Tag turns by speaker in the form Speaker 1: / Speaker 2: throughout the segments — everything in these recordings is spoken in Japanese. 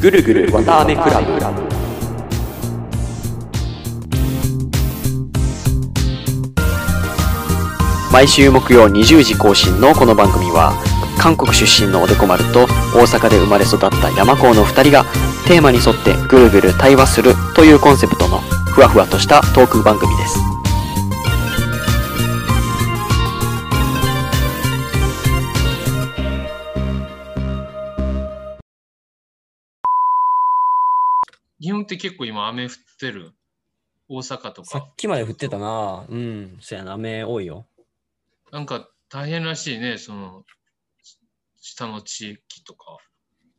Speaker 1: ぐるぐるわたあめクラブ毎週木曜20時更新のこの番組は韓国出身のおでこ丸と大阪で生まれ育った山高の2人がテーマに沿ってぐるぐる対話するというコンセプトのふわふわとしたトーク番組です
Speaker 2: 日本って結構今雨降ってる大阪と
Speaker 3: さ
Speaker 2: か
Speaker 3: っきまで降ってたな。うん。そやな、雨多いよ。
Speaker 2: なんか大変らしいねそのし下の地域とか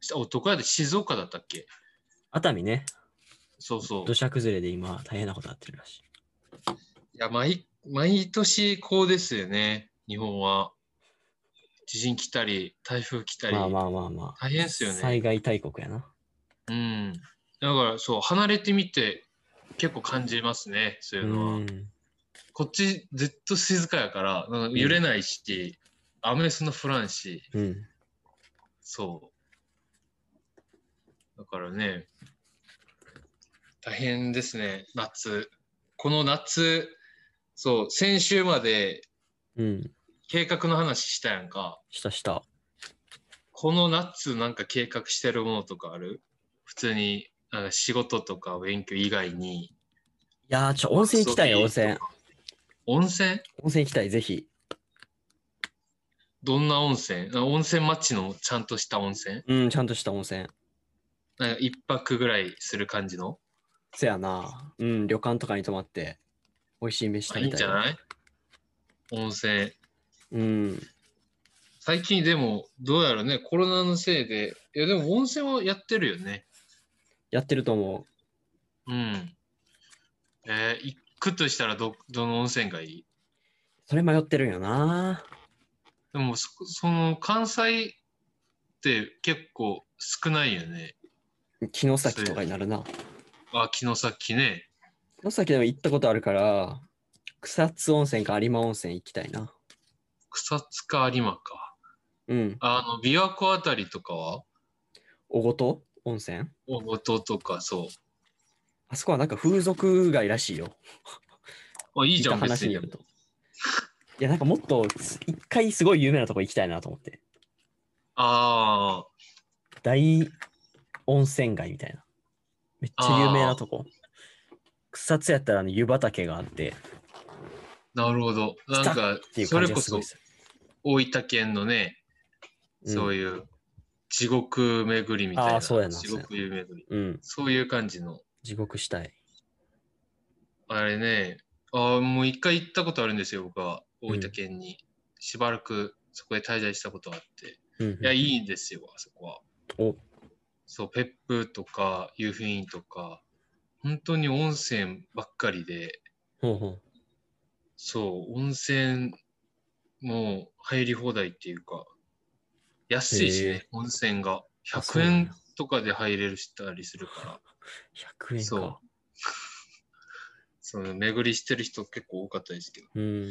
Speaker 2: 下おどこやで静岡だったっけ
Speaker 3: 熱海ね、
Speaker 2: そうそう
Speaker 3: 土砂崩れで今、大変なことになってるらしい。
Speaker 2: いや毎毎年こうですよね日本は地震来たり台風来たり、
Speaker 3: まあまあまあまあ。
Speaker 2: 大変ですよね
Speaker 3: 災害大国やな。
Speaker 2: うんだからそう離れてみて結構感じますねそう
Speaker 3: う
Speaker 2: いうのは、
Speaker 3: ん。
Speaker 2: こっちずっと静かやからなんか揺れないし、雨そんな降らんし
Speaker 3: うん。
Speaker 2: そう。だからね、大変ですね、夏。この夏、そう、先週まで
Speaker 3: うん。
Speaker 2: 計画の話したやんか。
Speaker 3: したした。
Speaker 2: この夏なんか計画してるものとかある普通に、なんか仕事とか勉強以外に。
Speaker 3: いやー、ちょ、温泉行きたいよ、温泉。
Speaker 2: 温泉
Speaker 3: 温泉行きたい、ぜひ。
Speaker 2: どんな温泉あ温泉マッチのちゃんとした温泉
Speaker 3: うん、ちゃんとした温泉。
Speaker 2: なんか一泊ぐらいする感じの
Speaker 3: そやな。うん、旅館とかに泊まって、美味しい飯食
Speaker 2: あ
Speaker 3: べた
Speaker 2: い
Speaker 3: い
Speaker 2: い
Speaker 3: わ。
Speaker 2: んじゃない温泉。
Speaker 3: うん。
Speaker 2: 最近でもどうやらねコロナのせいでいやでも温泉はやってるよね
Speaker 3: やってると思。
Speaker 2: うんえー行くとしたらどどの温泉がいいう
Speaker 3: それ迷ってるんよな。
Speaker 2: でもそその関西って結構少ないよね
Speaker 3: 城崎とかになるな。
Speaker 2: あ城崎ね
Speaker 3: 城崎でも行ったことあるから、草津温泉か有馬温泉行きたいな。
Speaker 2: 草津か有馬か
Speaker 3: うん。
Speaker 2: あの琵琶湖あたりとかは
Speaker 3: おごと温泉
Speaker 2: 大本とかそ
Speaker 3: あそこはなんか風俗街らしいよ。
Speaker 2: うあいいじゃん
Speaker 3: 聞いた
Speaker 2: 別
Speaker 3: 話に
Speaker 2: に
Speaker 3: よると。いや、なんかもっとす一回すごい有名なとこ行きたいなと思って。
Speaker 2: ああ
Speaker 3: 大温泉街みたいな。めっちゃ有名なとこ。草津やったらあの湯畑があって、
Speaker 2: なるほどなんか
Speaker 3: っていう
Speaker 2: そ
Speaker 3: 感
Speaker 2: れ
Speaker 3: じが
Speaker 2: こ
Speaker 3: すご
Speaker 2: そ
Speaker 3: いです。
Speaker 2: 大分県のねそ
Speaker 3: う
Speaker 2: う
Speaker 3: ん。
Speaker 2: いう地獄巡りみたいな。
Speaker 3: あーそうやな
Speaker 2: 地獄巡り。
Speaker 3: うん、
Speaker 2: そういう感じの。
Speaker 3: 地獄したい。
Speaker 2: あれね、あーもう一回行ったことあるんですよ、僕は。大分県に。しばらくそこで滞在したことがあって。
Speaker 3: うん
Speaker 2: いや、いいんですよ、あそこは。
Speaker 3: お
Speaker 2: そう、ペップとか、ユーフィーンとか、本当に温泉ばっかりで、
Speaker 3: ほうほう
Speaker 2: そう、温泉もう入り放題っていうか、安いし
Speaker 3: へ
Speaker 2: ね、温泉が。
Speaker 3: あそう
Speaker 2: 100
Speaker 3: なん
Speaker 2: 円
Speaker 3: や
Speaker 2: とかで入れるしたりするから。
Speaker 3: 100円か。
Speaker 2: そう その巡りしてる人結構多かったですけど。
Speaker 3: うん。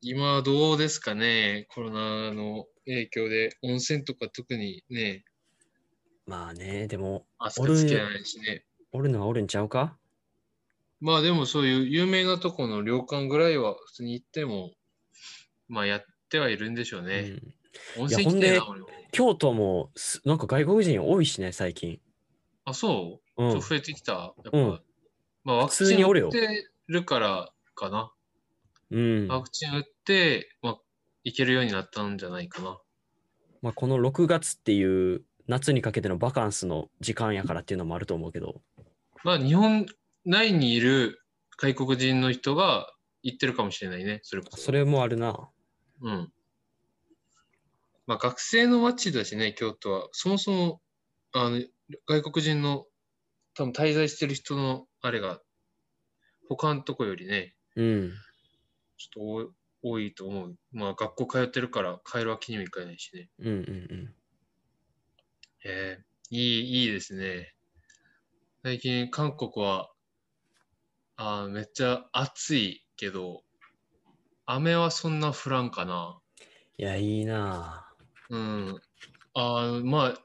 Speaker 2: 今はどうですかねコロナの影響で温泉とか特にね、
Speaker 3: まあね、でも、
Speaker 2: 汗つけないしね。
Speaker 3: おるのはおるんちゃうか
Speaker 2: まあでもそういう有名なとこの旅館ぐらいは普通に行っても、まあやってはいるんでしょう
Speaker 3: う
Speaker 2: ね。
Speaker 3: ん
Speaker 2: 温泉来て
Speaker 3: い
Speaker 2: え
Speaker 3: や
Speaker 2: な、
Speaker 3: ほ
Speaker 2: 俺も。
Speaker 3: 京都もす、なんか外国人多いしね、最近。
Speaker 2: あ、そう
Speaker 3: う
Speaker 2: ちょ
Speaker 3: ん
Speaker 2: っと。増えてきた。やっぱ、
Speaker 3: うん
Speaker 2: まあワク
Speaker 3: 普
Speaker 2: チ
Speaker 3: 通
Speaker 2: ン
Speaker 3: におる
Speaker 2: 打
Speaker 3: よ
Speaker 2: ってるからかな。
Speaker 3: うん。
Speaker 2: ワクチン打って、まあ、行けるようになったんじゃないかな。
Speaker 3: まあ、この6月っていう夏にかけてのバカンスの時間やからっていうのもあると思うけど、
Speaker 2: まあ、日本内にいる外国人の人が行ってるかもしれないね、それこそ。
Speaker 3: それもあるな。
Speaker 2: うん。まあ、学生の街だしね、京都は。そもそも、あの、外国人の、多分滞在してる人の、あれが、他のとこよりね、
Speaker 3: うん。
Speaker 2: ちょっと多い多いと思う。まあ、学校通ってるから、帰るわけにもいかないしね。
Speaker 3: うんうんうん。
Speaker 2: ええいい、いいですね。最近、韓国は、あーめっちゃ暑いけど、雨はそんな降らんかな。
Speaker 3: いや、いいなぁ
Speaker 2: うん。あーまあ、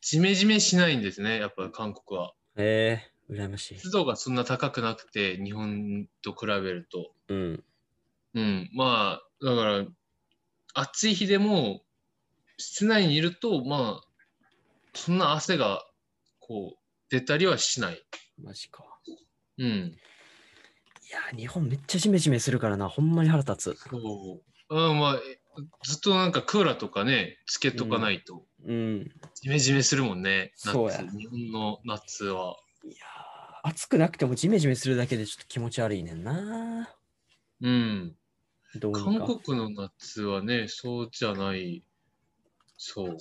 Speaker 2: ジメジメしないんですね、やっぱり韓国は。
Speaker 3: ええ羨ましい。
Speaker 2: 湿度がそんな高くなくて、日本と比べると。
Speaker 3: うん。
Speaker 2: うん、まあ、だから、暑い日でも、室内にいると、まあ、そんな汗が、こう、出たりはしない。
Speaker 3: マジか。
Speaker 2: うん。
Speaker 3: いやー、日本めっちゃジメジメするからな。ほんまに腹立つ。
Speaker 2: そう。あまあ、えずっとなんかクーラーとかね、つけとかないと、
Speaker 3: うん。
Speaker 2: ジメジメするもんね、夏
Speaker 3: そうや
Speaker 2: 日本の夏は。
Speaker 3: いやー、暑くなくてもジメジメするだけでちょっと気持ち悪いねんな。
Speaker 2: うん。
Speaker 3: どうにか。
Speaker 2: 韓国の夏はね、そうじゃない。そう。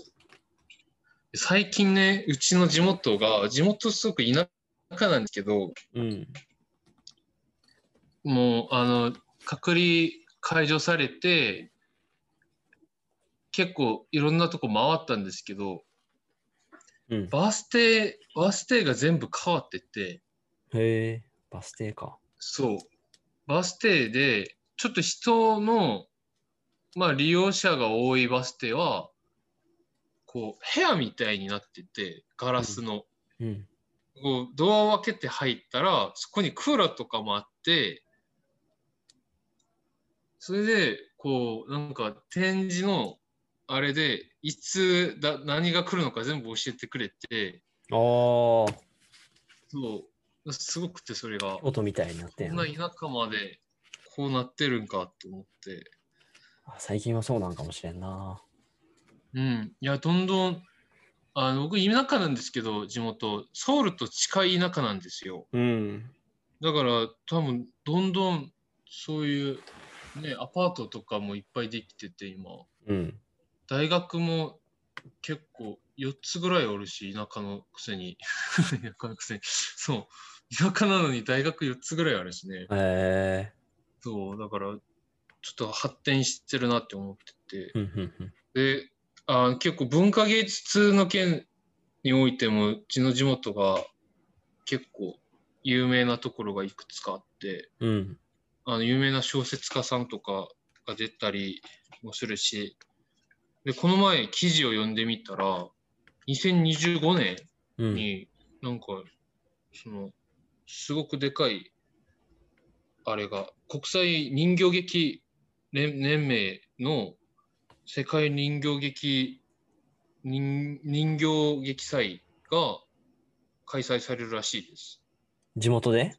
Speaker 2: 最近ね、うちの地元が、地元すごく田舎なんですけど、
Speaker 3: うん。
Speaker 2: もう、あの、隔離解除されて、結構いろんなとこ回ったんですけど、
Speaker 3: うん。
Speaker 2: バス停、バス停が全部変わってて、
Speaker 3: へえ、バス停か。
Speaker 2: そう。バス停で、ちょっと人の、まあ利用者が多いバス停は、こう、部屋みたいになってて、ガラスの。
Speaker 3: うん。
Speaker 2: こう、ドアを開けて入ったら、そこにクーラーとかもあって、それで、こう、なんか展示の、あれで、いつだ、何が来るのか全部教えてくれて、
Speaker 3: ああ、
Speaker 2: そう、すごくてそれが。
Speaker 3: 音みたいになって
Speaker 2: こ
Speaker 3: ん
Speaker 2: ん
Speaker 3: や
Speaker 2: な
Speaker 3: な
Speaker 2: 田舎までこうなってるんかと思って。
Speaker 3: あ最近はそうなんかもしれんな。
Speaker 2: うん。いや、どんどん、あの僕、田舎なんですけど、地元、ソウルと近い田舎なんですよ。
Speaker 3: うん。
Speaker 2: だから、多分、どんどん、そういう、ね、アパートとかもいっぱいできてて、今。
Speaker 3: うん。
Speaker 2: 大学も結構、4つぐらいおるし、田舎のくせに。 田舎のくせに。そう。田舎なのに大学4つぐらいあるしね。
Speaker 3: え
Speaker 2: そう、だから、ちょっと発展してるなって思って
Speaker 3: えうんうんうん。
Speaker 2: て。で、あ結構文化芸術の件においても、うちの地元が結構有名なところがいくつかあって、
Speaker 3: うん。
Speaker 2: あの、有名な小説家さんとかが出たりもするし、で、この前記事を読んでみたら、2025年
Speaker 3: うん。
Speaker 2: に、なんか、その、すごくでかい、あれが、国際人形劇連連盟の世界人形劇人、人形劇祭が開催されるらしいです。
Speaker 3: 地元で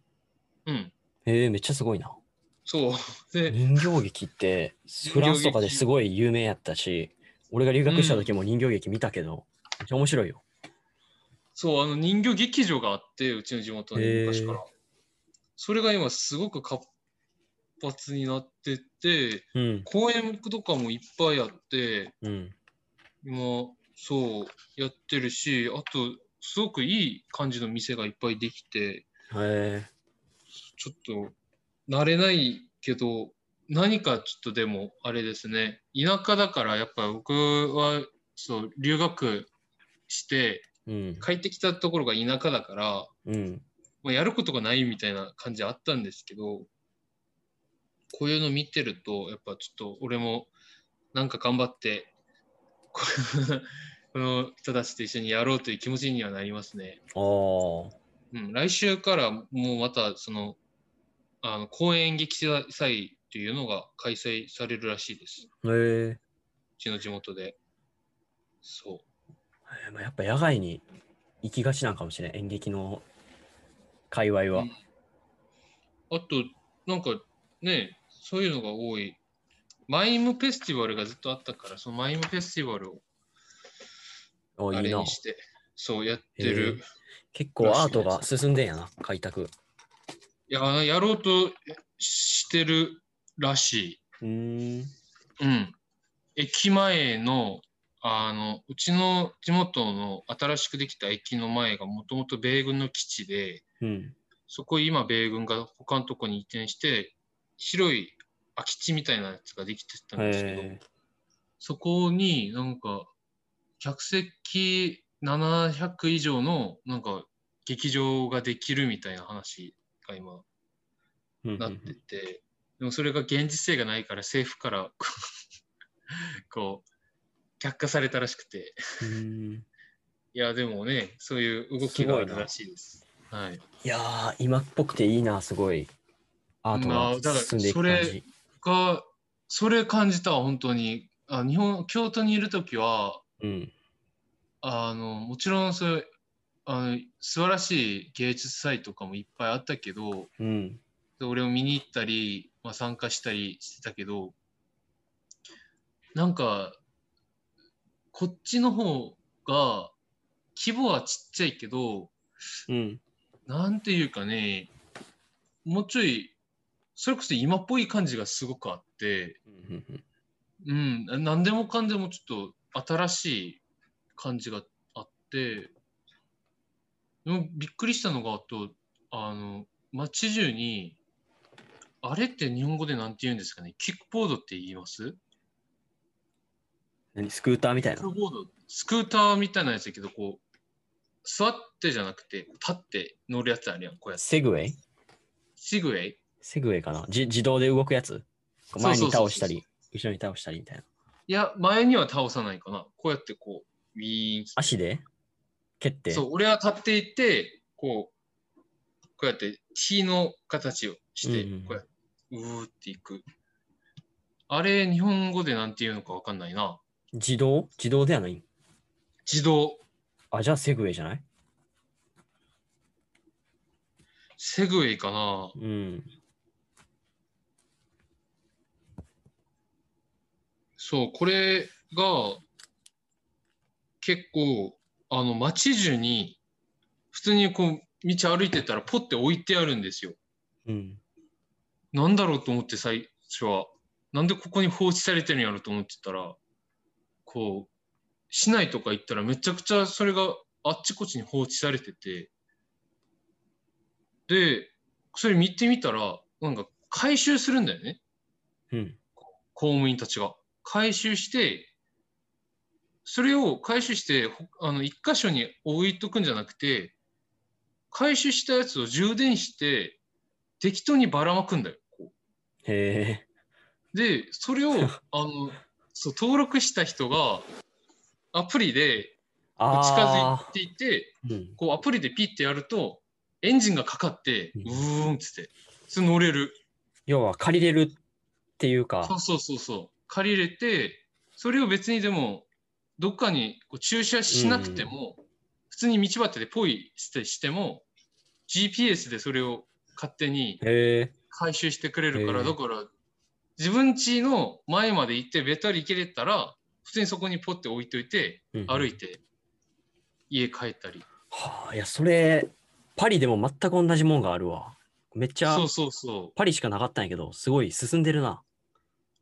Speaker 2: うん。
Speaker 3: ええめっちゃすごいな。
Speaker 2: そう。で、
Speaker 3: 人形劇ってフランスとかですごい有名やったし、俺が留学した時も人形劇見たけど、めっちゃ面白いよ。
Speaker 2: そう、あの人形劇場があって、うちの地元に
Speaker 3: へー
Speaker 2: 昔から。それが今すごく活発になってて、
Speaker 3: うん。
Speaker 2: 公演とかもいっぱいあって、
Speaker 3: うん。
Speaker 2: 今、そう、やってるし、あと、すごくいい感じの店がいっぱいできて、
Speaker 3: へえ
Speaker 2: ちょっと、慣れないけど、何かちょっとでも、あれですね、田舎だから、やっぱ僕は、そう、留学して、
Speaker 3: うん。
Speaker 2: 帰ってきたところが田舎だから、
Speaker 3: うん。
Speaker 2: まあ、やることがないみたいな感じあったんですけど、こういうの見てると、やっぱちょっと俺もなんか頑張って、 ここの人たちと一緒にやろうという気持ちにはなりますね。
Speaker 3: ああ。
Speaker 2: うん、来週からもうまたその、あの、公演劇祭というのが開催されるらしいです。う
Speaker 3: へえ
Speaker 2: ちの地元で。そ
Speaker 3: えーまあ、やっぱ野外に行きがちなんかもしれん演劇の界隈は、
Speaker 2: うんう。あと、なんかね、そういうのが多い。マイムフェスティバルがずっとあったから、そのマイムフェスティバルを
Speaker 3: お
Speaker 2: あ
Speaker 3: いい
Speaker 2: れ
Speaker 3: な
Speaker 2: にして、そうやってる。
Speaker 3: 結構アートが進んでんやな開拓
Speaker 2: いや、やろうとしてるらし
Speaker 3: うん
Speaker 2: い。うん。駅前の、あの、うちの地元の新しくできた駅の前がもともと米軍の基地で、
Speaker 3: うん
Speaker 2: そこ今米軍が他のとこに移転して、広い空き地みたいなやつができてたんですけど、
Speaker 3: へえ
Speaker 2: そこになんか、客席700以上のなんか劇場ができるみたいな話が今
Speaker 3: うんうんう
Speaker 2: なっ
Speaker 3: ん
Speaker 2: てて、でもそれが現実性がないから政府から こうこう、却下されたらしくて、
Speaker 3: うん
Speaker 2: いや、でもね、そういう動きがあるらしいです。はい。
Speaker 3: いやー、今っぽくていいな、すごい。アート
Speaker 2: まあだか
Speaker 3: が
Speaker 2: ら
Speaker 3: 進んでいく感
Speaker 2: そ
Speaker 3: じ。
Speaker 2: が、それ感じたわ、本当に。あ日本、京都にいるときは、
Speaker 3: うん。
Speaker 2: あの、もちろんそういう、あの、素晴らしい芸術祭とかもいっぱいあったけど、
Speaker 3: うん。
Speaker 2: で俺を見に行ったり、まあ、参加したりしてたけど、なんか、こっちの方が、規模はちっちゃいけど、
Speaker 3: うん。
Speaker 2: なんていうかね、もうちょい、それこそ今っぽい感じがすごくあって、
Speaker 3: うんうん
Speaker 2: うん、何でもかんでもちょっと新しい感じがあって、でもびっくりしたのが、あと、あの、街中に、あれって日本語でなんて言うんですかね、キックボードって言います
Speaker 3: 何スクーターみたい
Speaker 2: キッ
Speaker 3: な
Speaker 2: ク。ボードスクーターみたいなやつだけど、こう、座ってじゃなくて、立って乗るやつあるやん、こうやって。
Speaker 3: セグウェイ
Speaker 2: シグウェイ
Speaker 3: セグウェイかなじ自動で動くやつ
Speaker 2: そうそう
Speaker 3: 前
Speaker 2: そうそう
Speaker 3: に倒したり、後ろに倒したりみたいな。
Speaker 2: いや、前には倒さないかな。こうやってこう、ウィーンっ
Speaker 3: 足で蹴って。
Speaker 2: て。そう、俺は立っていて、こう、こうやって、火の形をして、
Speaker 3: うんうん
Speaker 2: こうやって、うーっていく。あれ、日本語でなんて言うのかわかんないな。
Speaker 3: 自動自動ではない
Speaker 2: 自動、
Speaker 3: あ、じゃあセグウェイじゃない
Speaker 2: セグウェイかな。
Speaker 3: うん。
Speaker 2: そう、これが、結構、あの、街中に、普通にこう、道歩いてたら、ポって置いてあるんですよ。
Speaker 3: うん。
Speaker 2: なんだろうと思って最初は、なんでここに放置されてるんやろと思ってたら、こう、市内とか行ったらめちゃくちゃそれがあっちこっちに放置されてて、で、それ見てみたら、なんか回収するんだよね、
Speaker 3: うん。
Speaker 2: 公務員たちが。回収して、それを回収して、ほあの、一箇所に置いとくんじゃなくて、回収したやつを充電して、適当にばらまくんだよ。こう
Speaker 3: へえ。
Speaker 2: で、そ れを、あの、そう、登録した人が、アプリで近づ
Speaker 3: あ
Speaker 2: いていて、
Speaker 3: ーうん。
Speaker 2: こう、アプリでピッてやると、エンジンがかかって、
Speaker 3: う
Speaker 2: うんーんっつって、それ乗れる。
Speaker 3: 要は借りれるっていう
Speaker 2: そ
Speaker 3: か
Speaker 2: う、そうそうそう。借りれて、それを別にでも、どっかにこう駐車しなくても、普通に道端でポイしてしても、GPS でそれを勝手に
Speaker 3: へえ。
Speaker 2: 回収してくれるから、
Speaker 3: へえ
Speaker 2: だから、自分家の前まで行って、べったり行けれたら、普通にそこにポッて置いといて、
Speaker 3: うん
Speaker 2: 歩いて、家帰ったり。
Speaker 3: はあ、いや、それ、パリでも全く同じもんがあるわ。めっちゃ
Speaker 2: そう、そうそう。
Speaker 3: パリしかなかったんやけど、すごい進んでるな。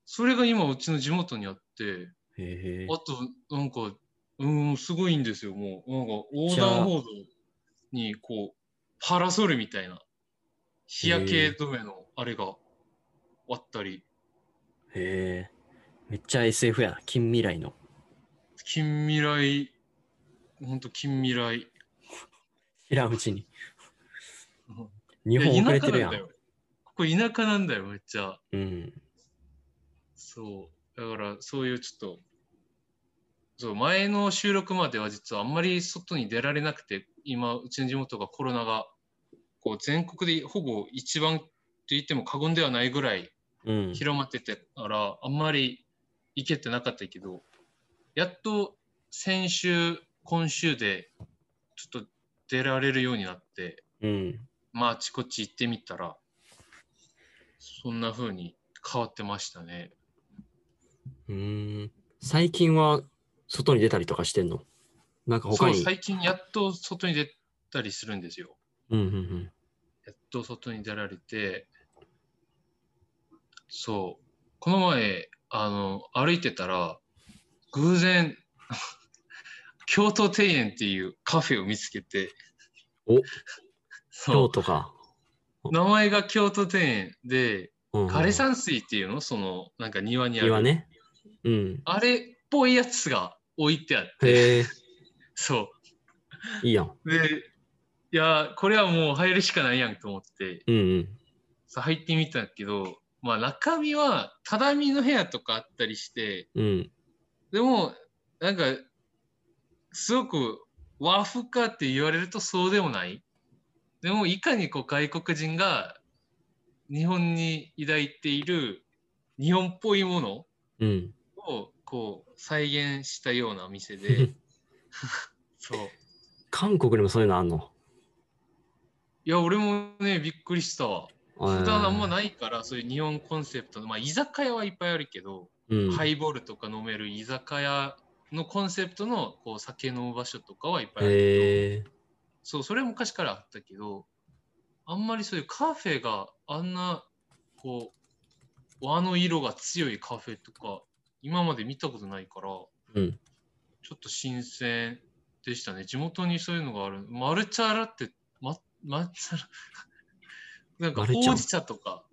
Speaker 2: それが今、うちの地元にあって、
Speaker 3: へえ
Speaker 2: あ。と、なんか、うん、すごいんですよ、もう。なんか、横断歩道に、こう、パラソルみたいな、日焼け止めのあれがあったり、
Speaker 3: へえ。めっちゃ SF やな。近未来の。
Speaker 2: 近未来、ほんと近未来。
Speaker 3: 知らんうちに
Speaker 2: うん。
Speaker 3: 日本
Speaker 2: いや
Speaker 3: 遅れてるや
Speaker 2: 田
Speaker 3: ん。
Speaker 2: 舎なんだよ。ここ田舎なんだよ、めっちゃ。
Speaker 3: うん。
Speaker 2: そう。だから、そういうちょっと、そう、前の収録までは実はあんまり外に出られなくて、今、うちの地元がコロナが、こう、全国でほぼ一番と言っても過言ではないぐらい
Speaker 3: うん。
Speaker 2: 広まっててから、あんまり行けてなかったけど、やっと先週、今週で、ちょっと出られるようになって、
Speaker 3: うん。
Speaker 2: まあ、あちこち行ってみたら、そんな風に変わってましたね。
Speaker 3: うーん最近は外に出たりとかしてんのなんか他
Speaker 2: そう、
Speaker 3: に。
Speaker 2: 最近やっと外に出たりするんですよ。
Speaker 3: うんうんうん。
Speaker 2: やっと外に出られて、そう、この前、あの、歩いてたら、偶然、 京都庭園っていうカフェを見つけて、
Speaker 3: お
Speaker 2: そ
Speaker 3: 京都か。
Speaker 2: う、名前が京都庭園で、
Speaker 3: うんうん、
Speaker 2: 枯
Speaker 3: ん
Speaker 2: 山水っていうのその、なんか庭にある。
Speaker 3: 岩ね。うん。
Speaker 2: あれっぽいやつが置いてあって、
Speaker 3: へえ、
Speaker 2: そ
Speaker 3: いいやん。
Speaker 2: う。で、いや、これはもう入るしかないやんと思って、
Speaker 3: うんうん。
Speaker 2: そう入ってみたけど、まあ中身は畳の部屋とかあったりして、
Speaker 3: うん。
Speaker 2: でも、なんか、すごく和風かって言われるとそうでもない。でも、いかにこう外国人が日本に抱いている日本っぽいもの
Speaker 3: うん。
Speaker 2: をこう再現したようなお店でそう
Speaker 3: 韓国にもそういうのあんの
Speaker 2: いや俺もねびっくりしたわ普段あんま
Speaker 3: い。
Speaker 2: ないからそういう日本コンセプトのまあ居酒屋はいっぱいあるけど、
Speaker 3: うん。
Speaker 2: ハイボールとか飲める居酒屋のコンセプトのこう酒飲む場所とかはいっぱいあるけど、
Speaker 3: へえ。
Speaker 2: そうそれは昔からあったけどあんまりそういうカフェがあんなこう和の色が強いカフェとか今まで見たことないから、
Speaker 3: うん。
Speaker 2: ちょっと新鮮でしたね。地元にそういうのがある。マルチャラって、ま、マルチャラ なんか、
Speaker 3: マルチャ
Speaker 2: ほうじ茶とか。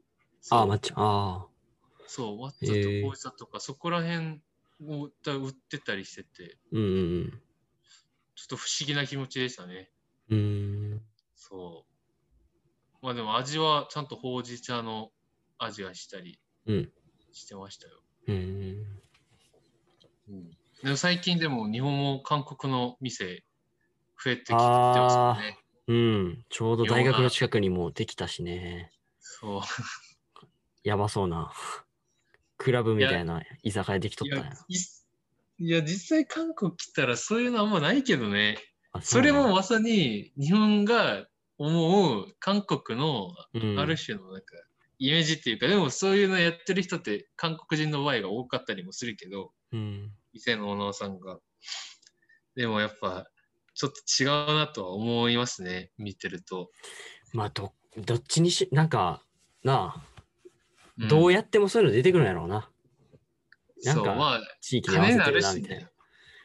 Speaker 3: ああ、
Speaker 2: そう
Speaker 3: 抹茶。ああ。
Speaker 2: そう、抹
Speaker 3: へー
Speaker 2: 茶とほうじ茶とか、そこら辺をだ売ってたりしてて、
Speaker 3: うんうん
Speaker 2: ちょっと不思議な気持ちでしたね。
Speaker 3: うん。うーん。
Speaker 2: そう。まあでも味はちゃんとほうじ茶の味がしたり
Speaker 3: うん
Speaker 2: してましたよ。
Speaker 3: うん。
Speaker 2: うん、でも最近でも日本も韓国の店増えてきてますよ
Speaker 3: あー
Speaker 2: ね。
Speaker 3: うん。ちょうど大学の近くにもできたしね。
Speaker 2: そう。
Speaker 3: やばそうな。 クラブみたいな居酒屋できとっ
Speaker 2: い
Speaker 3: たん
Speaker 2: や
Speaker 3: や。
Speaker 2: いいや、実際韓国来たらそういうのあんまないけどね。
Speaker 3: あ
Speaker 2: そうれ
Speaker 3: なん
Speaker 2: も
Speaker 3: や
Speaker 2: まさに日本が思う韓国の
Speaker 3: うん、
Speaker 2: ある種のなんかイメージっていうか、でもそういうのやってる人って韓国人の場合が多かったりもするけど、
Speaker 3: うん。
Speaker 2: 店のオーナーさんが。でもやっぱちょっと違うなとは思いますね、見てると。
Speaker 3: まあ、ど、どっちにし、なんか、なあ、
Speaker 2: ん
Speaker 3: どうやってもそういうの出てくるんやろうな。なんか
Speaker 2: そう、まあ、
Speaker 3: 地域に合わ
Speaker 2: 金
Speaker 3: せ
Speaker 2: な
Speaker 3: て
Speaker 2: る
Speaker 3: るな、
Speaker 2: し
Speaker 3: みたい
Speaker 2: ね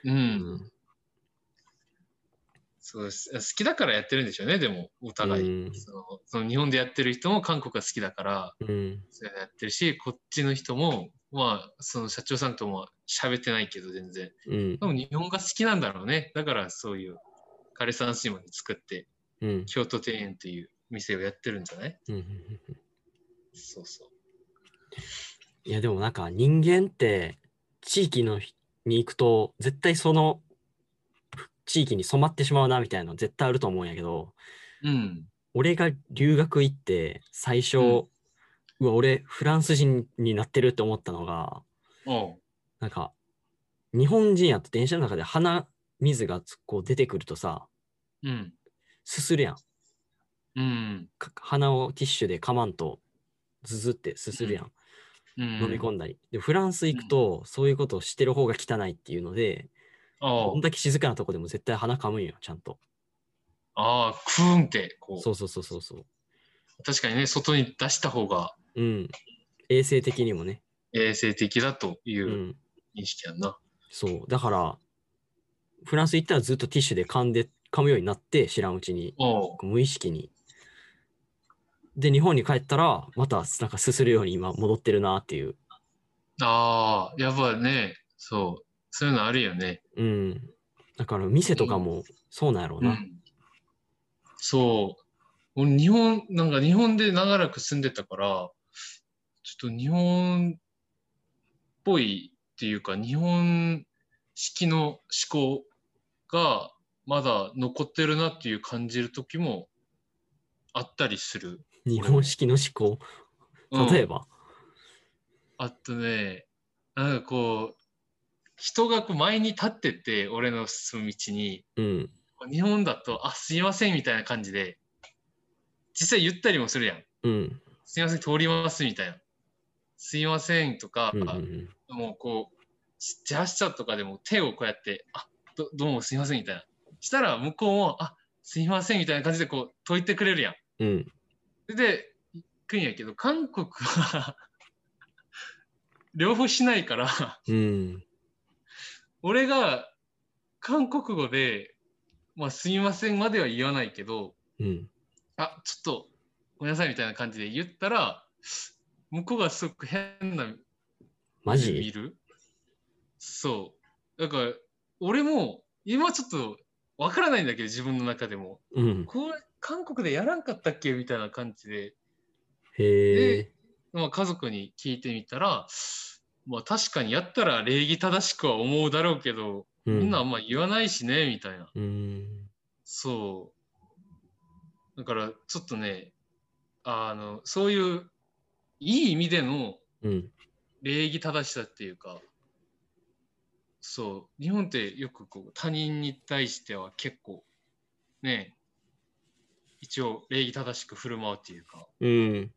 Speaker 3: な。。
Speaker 2: う、
Speaker 3: うんん。
Speaker 2: そうです。好きだからやってるんでしょうね、でも、お互い。
Speaker 3: うん
Speaker 2: そのその日本でやってる人も韓国が好きだから、
Speaker 3: うん。
Speaker 2: そういうのやってるし、こっちの人も、まあ、その社長さんとも喋ってないけど、全然。
Speaker 3: うん
Speaker 2: で。も日本が好きなんだろうね。だからそういう、枯山水まで作って、
Speaker 3: うん。
Speaker 2: 京都庭園という店をやってるんじゃない
Speaker 3: うん
Speaker 2: そうそう。
Speaker 3: いやでもなんか人間って地域のひに行くと絶対その地域に染まってしまうなみたいなの絶対あると思うんやけど
Speaker 2: うん。
Speaker 3: 俺が留学行って最初、う
Speaker 2: うん
Speaker 3: わ俺フランス人になってるって思ったのが
Speaker 2: おう
Speaker 3: なんか日本人やと電車の中で鼻水がつこう出てくるとさ
Speaker 2: うん。
Speaker 3: すするやん
Speaker 2: うん。
Speaker 3: か鼻をティッシュでかまんとズズってすするやん、
Speaker 2: うん。
Speaker 3: 飲み込んだりでフランス行くとそういうことをしてる方が汚いっていうので、
Speaker 2: あ
Speaker 3: こんだけ静かなとこでも絶対鼻かむんよ、ちゃんと。
Speaker 2: ああ、クーンって、こ
Speaker 3: そうそうそうそうそう。
Speaker 2: う。確かにね、外に出した方が
Speaker 3: うん。衛生的にもね。。
Speaker 2: 衛生的だといううん認識やんな。
Speaker 3: そう。だから、フランス行ったらずっとティッシュで噛んで、噛むようになって、知らんうちに、
Speaker 2: おう
Speaker 3: 無意識に。で、日本に帰ったら、またなんかすするように今戻ってるなっていう。
Speaker 2: ああ、やっぱね、そう。そういうのあるよね。
Speaker 3: うん。だから店とかもそうなんやろう
Speaker 2: う
Speaker 3: な。
Speaker 2: ん、そう。俺、日本、なんか日本で長らく住んでたから、ちょっと日本っぽいっていうか、日本式の思考がまだ残ってるなっていう感じる時もあったりする。
Speaker 3: 日本式の思考。
Speaker 2: うん
Speaker 3: 例えば。
Speaker 2: あとね、なんかこう、人がこう前に立ってて、俺の進む道に、
Speaker 3: うん。
Speaker 2: 日本だと、あ、すいませんみたいな感じで、実際言ったりもするやん。
Speaker 3: うん。
Speaker 2: すいません、通りますみたいな。すいませんとか、
Speaker 3: うん。うん
Speaker 2: もうこう、ジャスチャーとかでも手をこうやって、あどどうもすいませんみたいな。したら向こうも、あすいませんみたいな感じでこう、解いてくれるやん。
Speaker 3: うん。うん。
Speaker 2: それで、行くんやけど、韓国は、両方しないから、
Speaker 3: うん。
Speaker 2: 俺が韓国語で、まあ、すいませんまでは言わないけど、
Speaker 3: うん。
Speaker 2: あ、ちょっと、ごめんなさいみたいな感じで言ったら、向こうがすごく変な
Speaker 3: マ
Speaker 2: 見
Speaker 3: ジ
Speaker 2: るそう。だから、俺も、今ちょっと、わからないんだけど、自分の中でも。
Speaker 3: うん。
Speaker 2: これ、韓国でやらんかったっけみたいな感じで、
Speaker 3: へえ。
Speaker 2: まあ、家族に聞いてみたら、まあ、確かにやったら礼儀正しくは思うだろうけど、
Speaker 3: う
Speaker 2: みんなあんま言わないしね、みたいな。
Speaker 3: うん。
Speaker 2: そう。だから、ちょっとね、あの、そういう、いい意味での
Speaker 3: うん。
Speaker 2: 礼儀正しさっていうか、そう、日本ってよくこう、他人に対しては結構、ね、一応礼儀正しく振る舞うっていうか、
Speaker 3: うん。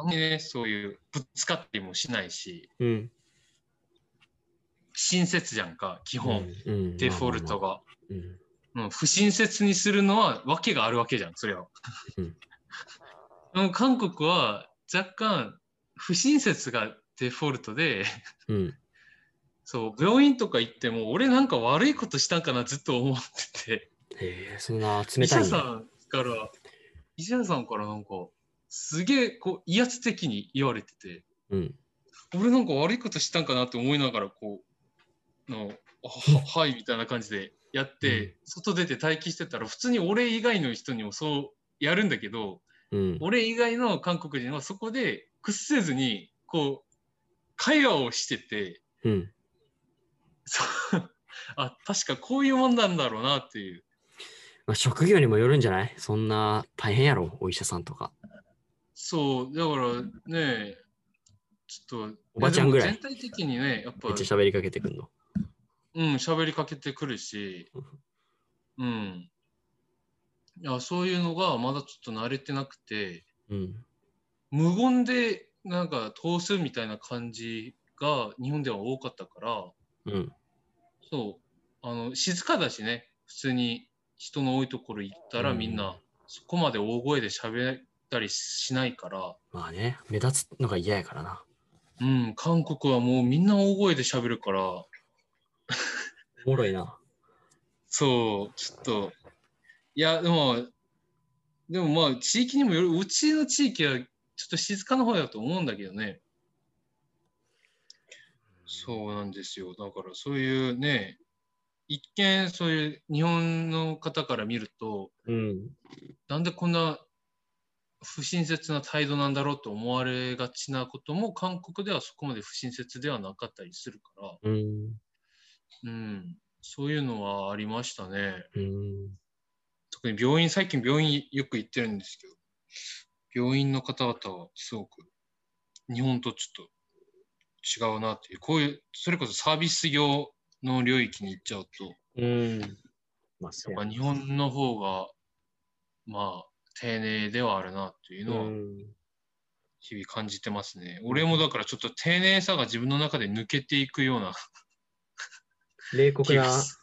Speaker 2: あんまりね、そういう、ぶつかってもしないし、
Speaker 3: うん。
Speaker 2: 親切じゃんか、基
Speaker 3: う
Speaker 2: 本、
Speaker 3: んうん。
Speaker 2: デフォルト
Speaker 3: が。
Speaker 2: が。
Speaker 3: うん。
Speaker 2: うん、不親切にするのは訳があるわけじゃん、そりゃ。
Speaker 3: うん
Speaker 2: でも韓国は若干不親切がデフォルトで、
Speaker 3: うん。
Speaker 2: そう、病院とか行っても、俺なんか悪いことしたんかな、ずっと思ってて。
Speaker 3: へえ、そんな冷
Speaker 2: 医
Speaker 3: た
Speaker 2: 者
Speaker 3: いん
Speaker 2: さ
Speaker 3: だ。
Speaker 2: んから、医者さんからなんか、すげえ、こう、威圧的に言われてて、
Speaker 3: うん。
Speaker 2: 俺なんか悪いことしたんかなって思いながら、こう、のははい、みたいな感じでやって、
Speaker 3: うん
Speaker 2: 外出て待機してたら、普通に俺以外の人にもそうやるんだけど、
Speaker 3: うん。
Speaker 2: 俺以外の韓国人はそこで屈せずに、こう、会話をしてて、
Speaker 3: うん。
Speaker 2: そうあ、確かこういうもんなんだろうなっていう。
Speaker 3: まあ、職業にもよるんじゃないそんな大変やろ、お医者さんとか。
Speaker 2: そう、だからね、ちょっと、
Speaker 3: おばちゃんぐらい
Speaker 2: でも全体的にね、やっぱ
Speaker 3: めっ、ちゃ喋りかけてくんの。
Speaker 2: うん、喋りかけてくるし、うん。いや、そういうのがまだちょっと慣れてなくて、
Speaker 3: うん。
Speaker 2: 無言でなんか通すみたいな感じが日本では多かったから、
Speaker 3: うん。
Speaker 2: そう。あの、静かだしね、普通に人の多いところ行ったら
Speaker 3: うん
Speaker 2: みんな、そこまで大声で喋ったりしないから、
Speaker 3: まあね、目立つのが嫌やからな。
Speaker 2: うん、韓国はもうみんな大声で喋るから、
Speaker 3: おもろいな。
Speaker 2: そう、ちょっと、いや、でも、でもまあ、地域にもよる、うちの地域はちょっと静かな方だと思うんだけどね。そうなんですよ。だからそういうね、一見そういう日本の方から見ると、
Speaker 3: うん。
Speaker 2: なんでこんな不親切な態度なんだろうと思われがちなことも韓国ではそこまで不親切ではなかったりするか
Speaker 3: うん。
Speaker 2: ら、うん、そういうのはありましたね。
Speaker 3: うん。
Speaker 2: 特に病院、最近病院よく行ってるんですけど、病院の方々はすごく日本とちょっと違うなっていう、こういう、それこそサービス業の領域に行っちゃうと、
Speaker 3: うん。まあ、
Speaker 2: や
Speaker 3: そ
Speaker 2: っぱ日本の方が、まあ、丁寧ではあるなっていうのは、
Speaker 3: うん。
Speaker 2: 日々感じてますね。俺もだからちょっと丁寧さが自分の中で抜けていくような
Speaker 3: 冷酷
Speaker 2: 気
Speaker 3: な
Speaker 2: がす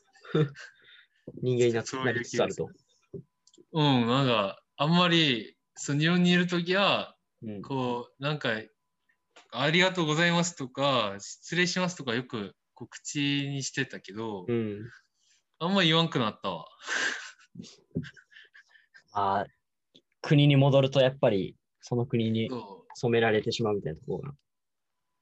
Speaker 3: 人間にな
Speaker 2: そう
Speaker 3: な
Speaker 2: いう
Speaker 3: りつつあると。
Speaker 2: うん、なんか、あんまり、そう日本にいるときは、
Speaker 3: うん
Speaker 2: こう、なんか、ありがとうございますとか、失礼しますとかよくこう口にしてたけど、
Speaker 3: うん。
Speaker 2: あんま言わんくなったわ。
Speaker 3: まあ、国に戻るとやっぱりその国に
Speaker 2: そう
Speaker 3: 染められてしまうみたいなところが。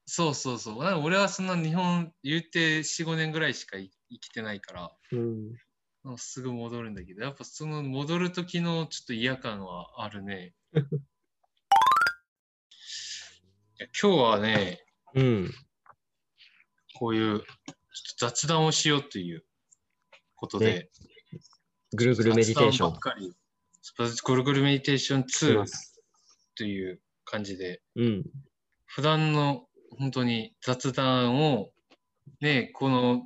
Speaker 2: そうそうそう。なんか俺はそんな日本、言うて4、5年ぐらいしかい生きてないから、
Speaker 3: うん。
Speaker 2: もうすぐ戻るんだけど、やっぱその戻る時のちょっと嫌感はあ るね。いや今日はね、
Speaker 3: うん。
Speaker 2: こういうちょっと雑談をしようということで、
Speaker 3: ぐるぐるメディテーショ
Speaker 2: 雑談ば
Speaker 3: ン
Speaker 2: っ。かり。ゴルゴルメディテーション
Speaker 3: しま
Speaker 2: 2
Speaker 3: す
Speaker 2: という感じで、
Speaker 3: うん。
Speaker 2: 普段の本当に雑談を、ね、この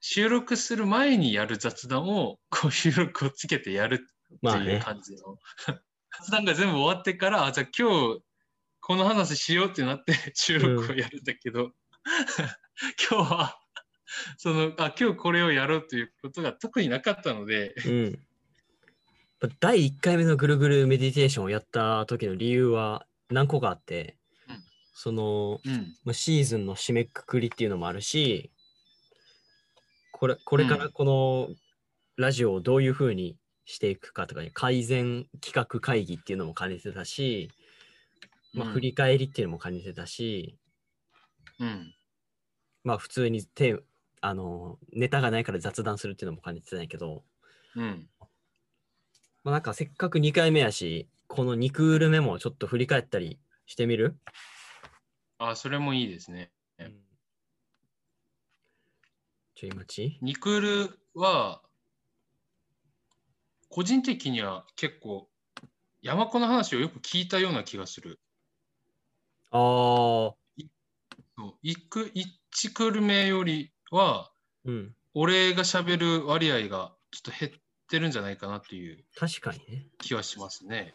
Speaker 2: 収録する前にやる雑談を、こう収録をつけてやる
Speaker 3: ま
Speaker 2: っ
Speaker 3: あ
Speaker 2: ていう
Speaker 3: ね。
Speaker 2: 感じの。 雑談が全部終わってから、あじゃあ今日この話しようってなって 収録をやるんだけど、 今日は、その、あ、今日これをやろうということが特になかったので、
Speaker 3: うん。第1回目のぐるぐるメディテーションをやった時の理由は何個かあって、
Speaker 2: うん
Speaker 3: その、
Speaker 2: うん、
Speaker 3: まあ、シーズンの締めくくりっていうのもあるしこれこれからこのラジオをどういうふうにしていくかとか、ね、改善企画会議っていうのも兼ねてたし、まあ、
Speaker 2: うん
Speaker 3: 振り返りっていうのも兼ねてたし、
Speaker 2: うん、
Speaker 3: まあ普通にテーマあのネタがないから雑談するっていうのも兼ねてたんやけど、
Speaker 2: うん、
Speaker 3: まあ、なんかせっかく2回目やしこの2クール目もちょっと振り返ったりしてみる、
Speaker 2: あ、それもいいですね。うん
Speaker 3: ちょい待ち
Speaker 2: ニクールは、個人的には結構、山子の話をよく聞いたような気がする。
Speaker 3: ああ、
Speaker 2: そう一区一クルメよりは、
Speaker 3: うん。
Speaker 2: 俺が喋る割合がちょっと減ってるんじゃないかなという
Speaker 3: 確かにね。
Speaker 2: 気はしますね。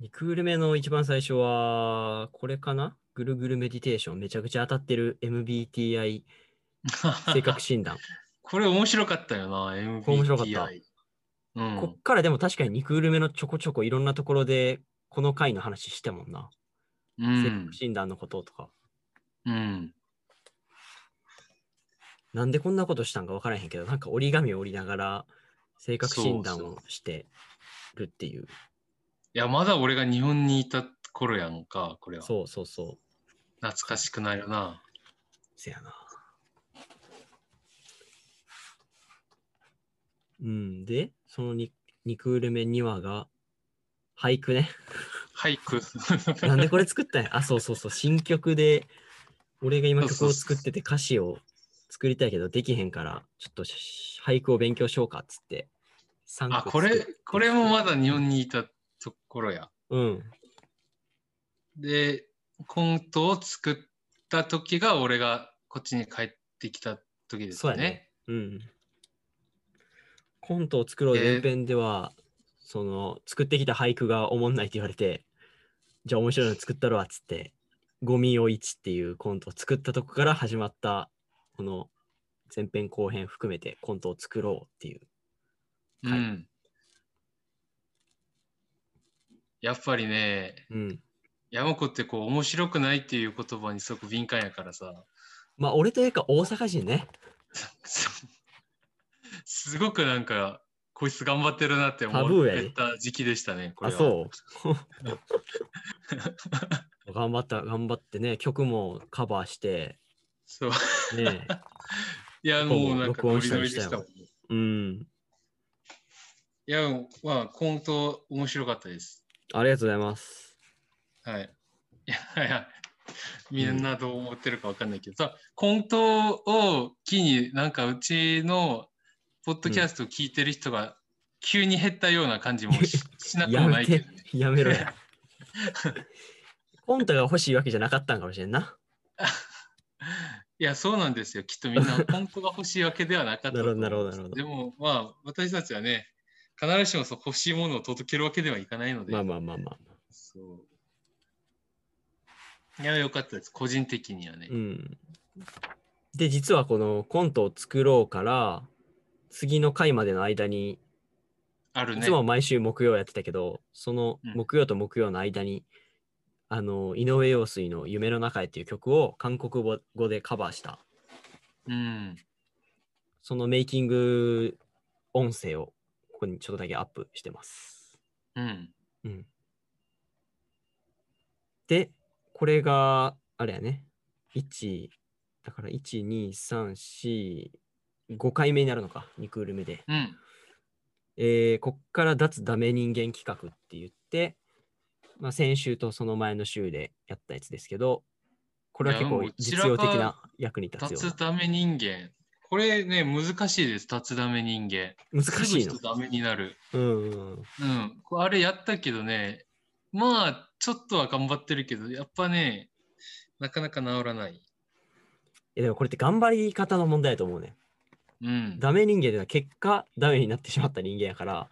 Speaker 3: 2クール目の一番最初は、これかなぐるぐるメディテーション。めちゃくちゃ当たってる MBTI 性格診断。
Speaker 2: これ面白かったよな、MBTI。
Speaker 3: 面白かった
Speaker 2: う
Speaker 3: こ
Speaker 2: ん
Speaker 3: っ、からでも確かに2クール目のちょこちょこいろんなところで、この回の話してもんな。
Speaker 2: う
Speaker 3: 性
Speaker 2: ん
Speaker 3: 格、診断のこととか。
Speaker 2: うん。
Speaker 3: なんでこんなことしたんか分からへんけど、なんか折り紙を折りながら性格診断
Speaker 2: そう
Speaker 3: をしてるっていう。
Speaker 2: いや、まだ俺が日本にいた頃やんか、これは。
Speaker 3: そうそうそう
Speaker 2: 懐かしくないよな。
Speaker 3: せやな。うん、で、その 2, 2クール目2話が、俳句ね。
Speaker 2: 俳句。
Speaker 3: なんでこれ作ったんやあ、そうそうそう、新曲で、俺が今
Speaker 2: そう
Speaker 3: 曲
Speaker 2: そう
Speaker 3: を作ってて歌詞を作りたいけどできへんから、ちょっとし俳句を勉強しようかっつって。三
Speaker 2: あ、
Speaker 3: 句
Speaker 2: こ
Speaker 3: 作っ
Speaker 2: れ
Speaker 3: て、
Speaker 2: これもまだ日本にいたところや。
Speaker 3: うん。
Speaker 2: で、コントを作った時が俺がこっちに帰ってきた時です
Speaker 3: そうや
Speaker 2: ね
Speaker 3: ね。うん。コントを作ろう
Speaker 2: えー
Speaker 3: 前編では、その作ってきた俳句がおもんないって言われて、じゃあ面白いの作ったろわっつって、ゴミを一っていうコントを作ったとこから始まった、この前編後編含めてコントを作ろうっていう。ね
Speaker 2: う
Speaker 3: はい
Speaker 2: ん。やっぱりね、
Speaker 3: うん。
Speaker 2: 山子ってこう面白くないっていう言葉にすごく敏感やからさ、
Speaker 3: まあ俺というか大阪人ね。
Speaker 2: すごくなんか、こいつ頑張ってるなって思
Speaker 3: タブーやで
Speaker 2: ってた時期でしたね、こ
Speaker 3: あ、
Speaker 2: れは。
Speaker 3: そう。 頑張った、頑張ってね、曲もカバーして、
Speaker 2: そう。
Speaker 3: ね。
Speaker 2: いや、
Speaker 3: ここも
Speaker 2: もうなんか
Speaker 3: 録
Speaker 2: ノ
Speaker 3: 音
Speaker 2: リ
Speaker 3: した
Speaker 2: ノ
Speaker 3: り
Speaker 2: リ
Speaker 3: し
Speaker 2: で
Speaker 3: た
Speaker 2: し
Speaker 3: よ
Speaker 2: たもん。
Speaker 3: うん。
Speaker 2: いや、まあ、コント面白かったです。
Speaker 3: ありがとうございます。
Speaker 2: はい。いやいや、みんなどう思ってるかわかんないけど、さコントを機に、なんかうちのポッドキャストを聞いてる人が急に減ったような感じもししなく
Speaker 3: や
Speaker 2: もな
Speaker 3: め
Speaker 2: いけ
Speaker 3: て
Speaker 2: どね。、
Speaker 3: やめろや。コントが欲しいわけじゃなかったんかもしれんな。
Speaker 2: いや、そうなんですよ。きっとみんなコントが欲しいわけではなかったと思うんで
Speaker 3: な
Speaker 2: す。
Speaker 3: るほどなるほどな
Speaker 2: でも、まあ、私たちはね、必ずしもそう欲しいものを届けるわけではいかないので、
Speaker 3: まあまあまあまあ。
Speaker 2: そう。いや、よかったです。個人的にはね。
Speaker 3: うん。で、実はこのコントを作ろうから、次の回までの間に、
Speaker 2: ある
Speaker 3: い
Speaker 2: ね。
Speaker 3: つもは毎週木曜やってたけど、その
Speaker 2: うん
Speaker 3: 木曜と木曜の間に、あの、井上陽水の夢の中へっていう曲を韓国語語でカバーした、
Speaker 2: うん。
Speaker 3: そのメイキング音声を、ここにちょっとだけアップしてます。
Speaker 2: うん。
Speaker 3: うん。で、これが、あれやね。1、だから1、2、3、4、5回目になるのか。2クール目で。
Speaker 2: うん。
Speaker 3: えー、こっから脱ダメ人間企画って言って、まあ、先週とその前の週でやったやつですけど、これはい
Speaker 2: や
Speaker 3: 結構
Speaker 2: もう
Speaker 3: 実用的
Speaker 2: 散ら
Speaker 3: な
Speaker 2: か
Speaker 3: 役に立つよ
Speaker 2: 脱ダメ人間。これね、難しいです。脱ダメ人間。
Speaker 3: うな。難しい
Speaker 2: す
Speaker 3: の
Speaker 2: ぐ。人ダメになる。
Speaker 3: うんうんうん。
Speaker 2: うん。こうあれやったけどね、まあ、ちょっとは頑張ってるけど、やっぱね、なかなか治らない。
Speaker 3: えでもこれって頑張り方の問題だと思うね。
Speaker 2: うん。
Speaker 3: ダメ人間っていうのは結果ダメになってしまった人間やから、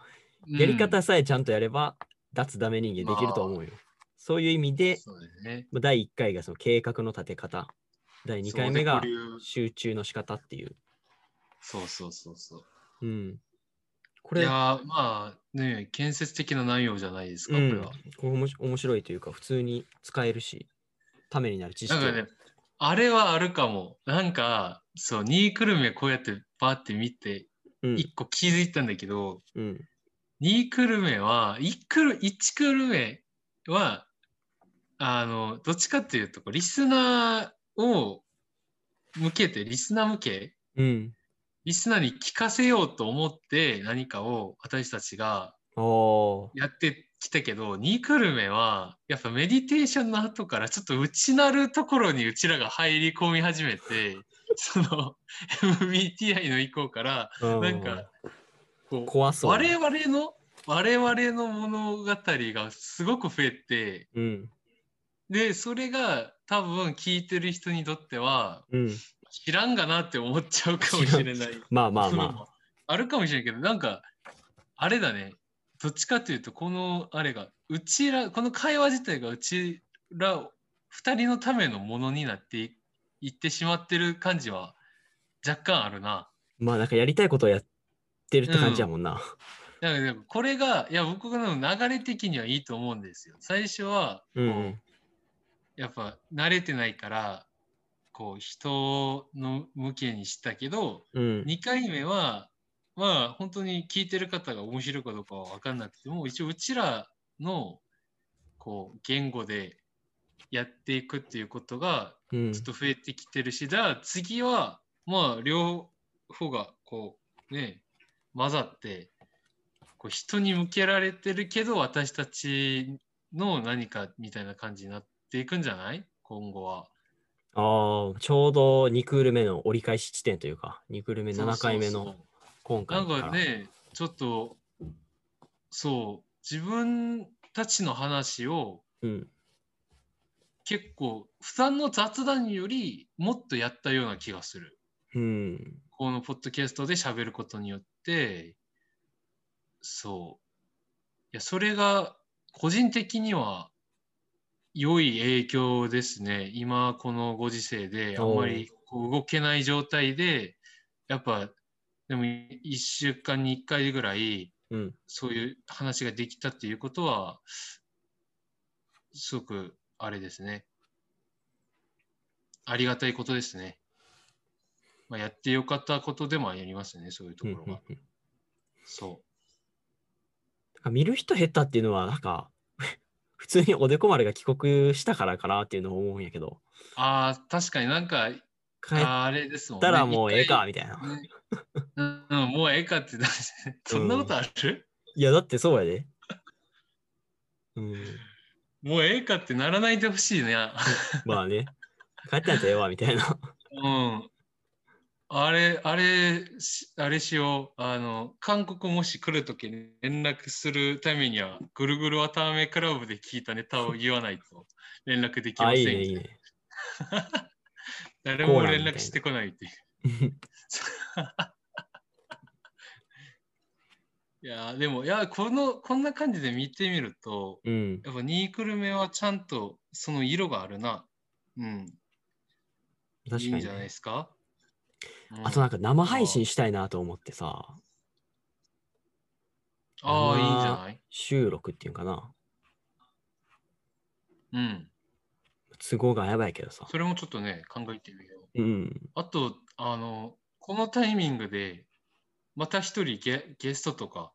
Speaker 3: やり
Speaker 2: うん
Speaker 3: 方さえちゃんとやれば、脱ダメ人間できると思うよ。そういう意味で、
Speaker 2: そうですね。
Speaker 3: まあ第1回がその計画の立て方、第2回目が
Speaker 2: そうで保留
Speaker 3: 集中の仕方っていう。
Speaker 2: そうそうそうそう。
Speaker 3: うん。こ
Speaker 2: こ
Speaker 3: れ、
Speaker 2: いやーまあね、建設的な内容じゃないですか、
Speaker 3: うん、
Speaker 2: これ
Speaker 3: こ
Speaker 2: は。
Speaker 3: れおもし面白いというか、普通に使えるし、ためになる知識
Speaker 2: なん
Speaker 3: を。
Speaker 2: かね、あれはあるかも。なんか、そう、ニークルメこうやってバーって見て、
Speaker 3: うん
Speaker 2: 一個気づいたんだけど、
Speaker 3: うん。
Speaker 2: 2クルメは、1クル、1クルメは、あの、どっちかっていうと、こうリスナーを向けて、リスナー向け、
Speaker 3: うん。
Speaker 2: リスナーに聞かせようと思って何かを私たちが
Speaker 3: ああ。
Speaker 2: やってきたけど、2クルメは、やっぱメディテーションの後からちょっと内なるところにうちらが入り込み始めて、その MBTI の以降から、
Speaker 3: う
Speaker 2: なんか、こう、
Speaker 3: 怖そう。
Speaker 2: 我々の、我々の物語がすごく増えて、
Speaker 3: うん。
Speaker 2: で、それが多分聞いてる人にとっては、
Speaker 3: うん。
Speaker 2: 知らんがなって思っちゃうかもしれない。
Speaker 3: まあまあ
Speaker 2: 部分
Speaker 3: まあ。
Speaker 2: もあるかもしれんけど、なんか、あれだね。どっちかというと、このあれが、うちら、この会話自体がうちら二人のためのものになっていいってしまってる感じは若干あるな。
Speaker 3: まあなんかやりたいことをやってるって感じやもんな。
Speaker 2: だからでもこれが、いや、僕の流れ的にはいいと思うんですよ。最初は、
Speaker 3: う
Speaker 2: こうん
Speaker 3: うん。
Speaker 2: やっぱ慣れてないから、こう、人の向けにしたけど、
Speaker 3: うん。
Speaker 2: 2回目は、まあ、本当に聞いてる方が面白いかどうかは分かんなくても、一応、うちらの、こう、言語でやっていくっていうことが、
Speaker 3: うん
Speaker 2: ちょっと増えてきてるし、だから次は、まあ、両方が、こう、ね、混ざって、こう、人に向けられてるけど、私たちの何かみたいな感じになっていくんじゃない今後は。
Speaker 3: ああ、ちょうど2クール目の折り返し地点というか、2クール目、7回目
Speaker 2: そうそう
Speaker 3: の
Speaker 2: そう
Speaker 3: 今回
Speaker 2: な
Speaker 3: だ
Speaker 2: ん
Speaker 3: から
Speaker 2: かね、ちょっと、そう、自分たちの話を
Speaker 3: うん。
Speaker 2: 結構、負担の雑談よりもっとやったような気がする。
Speaker 3: うん。
Speaker 2: このポッドキャストで喋ることによって、そう。いや、それが、個人的には、良い影響ですね。今、このご時世で、あんまりこう動けない状態で、やっぱ、でも、1週間に1回ぐらい、
Speaker 3: うん。
Speaker 2: そういう話ができたっていうことは、すごく、あれですね。ありがたいことですね。まあ、やってよかったことでもありますね、そういうと
Speaker 3: う
Speaker 2: こ
Speaker 3: ん
Speaker 2: ろ
Speaker 3: うん
Speaker 2: が。
Speaker 3: うん
Speaker 2: そ
Speaker 3: なんか見る人減ったっていうのは、なんか、 普通におでこ丸が帰国したからかなっていうのを思うんやけど、
Speaker 2: う。ああ、確かになんか、
Speaker 3: 帰っ
Speaker 2: あれですもんね。
Speaker 3: たらもうええ
Speaker 2: 一
Speaker 3: か、みたいな。
Speaker 2: 回。ねうん、うんもうええかって、だって そんなことある、
Speaker 3: いや、だってそうやで。うん。
Speaker 2: もうええかってならないでほしいね。
Speaker 3: まあね。帰ったやつええわ、みたい な。
Speaker 2: うん。あれ、あれし、あれしよう。あの、韓国もし来るときに連絡するためには、ぐるぐるわたあめクラブで聞いたネタを言わないと連絡できま
Speaker 3: あ、
Speaker 2: せ
Speaker 3: い
Speaker 2: ん
Speaker 3: いね、いいね。
Speaker 2: 誰も連絡してこないっていう。いやー、でも、いやー、この、こんな感じで見てみると、
Speaker 3: うん。
Speaker 2: やっぱ2クルメはちゃんとその色があるな。うん。
Speaker 3: 確
Speaker 2: いい
Speaker 3: か
Speaker 2: ん
Speaker 3: に
Speaker 2: じゃないで
Speaker 3: ね。
Speaker 2: すか。うん
Speaker 3: あとなんか生配信したいなと思ってさ、
Speaker 2: ああ、いいんじゃない
Speaker 3: 収録っていうんかな。
Speaker 2: うん。
Speaker 3: 都合がやばいけどさ。
Speaker 2: それもちょっとね、考えてみよう。
Speaker 3: うん。
Speaker 2: あと、あの、このタイミングで、また一人ゲゲストとか、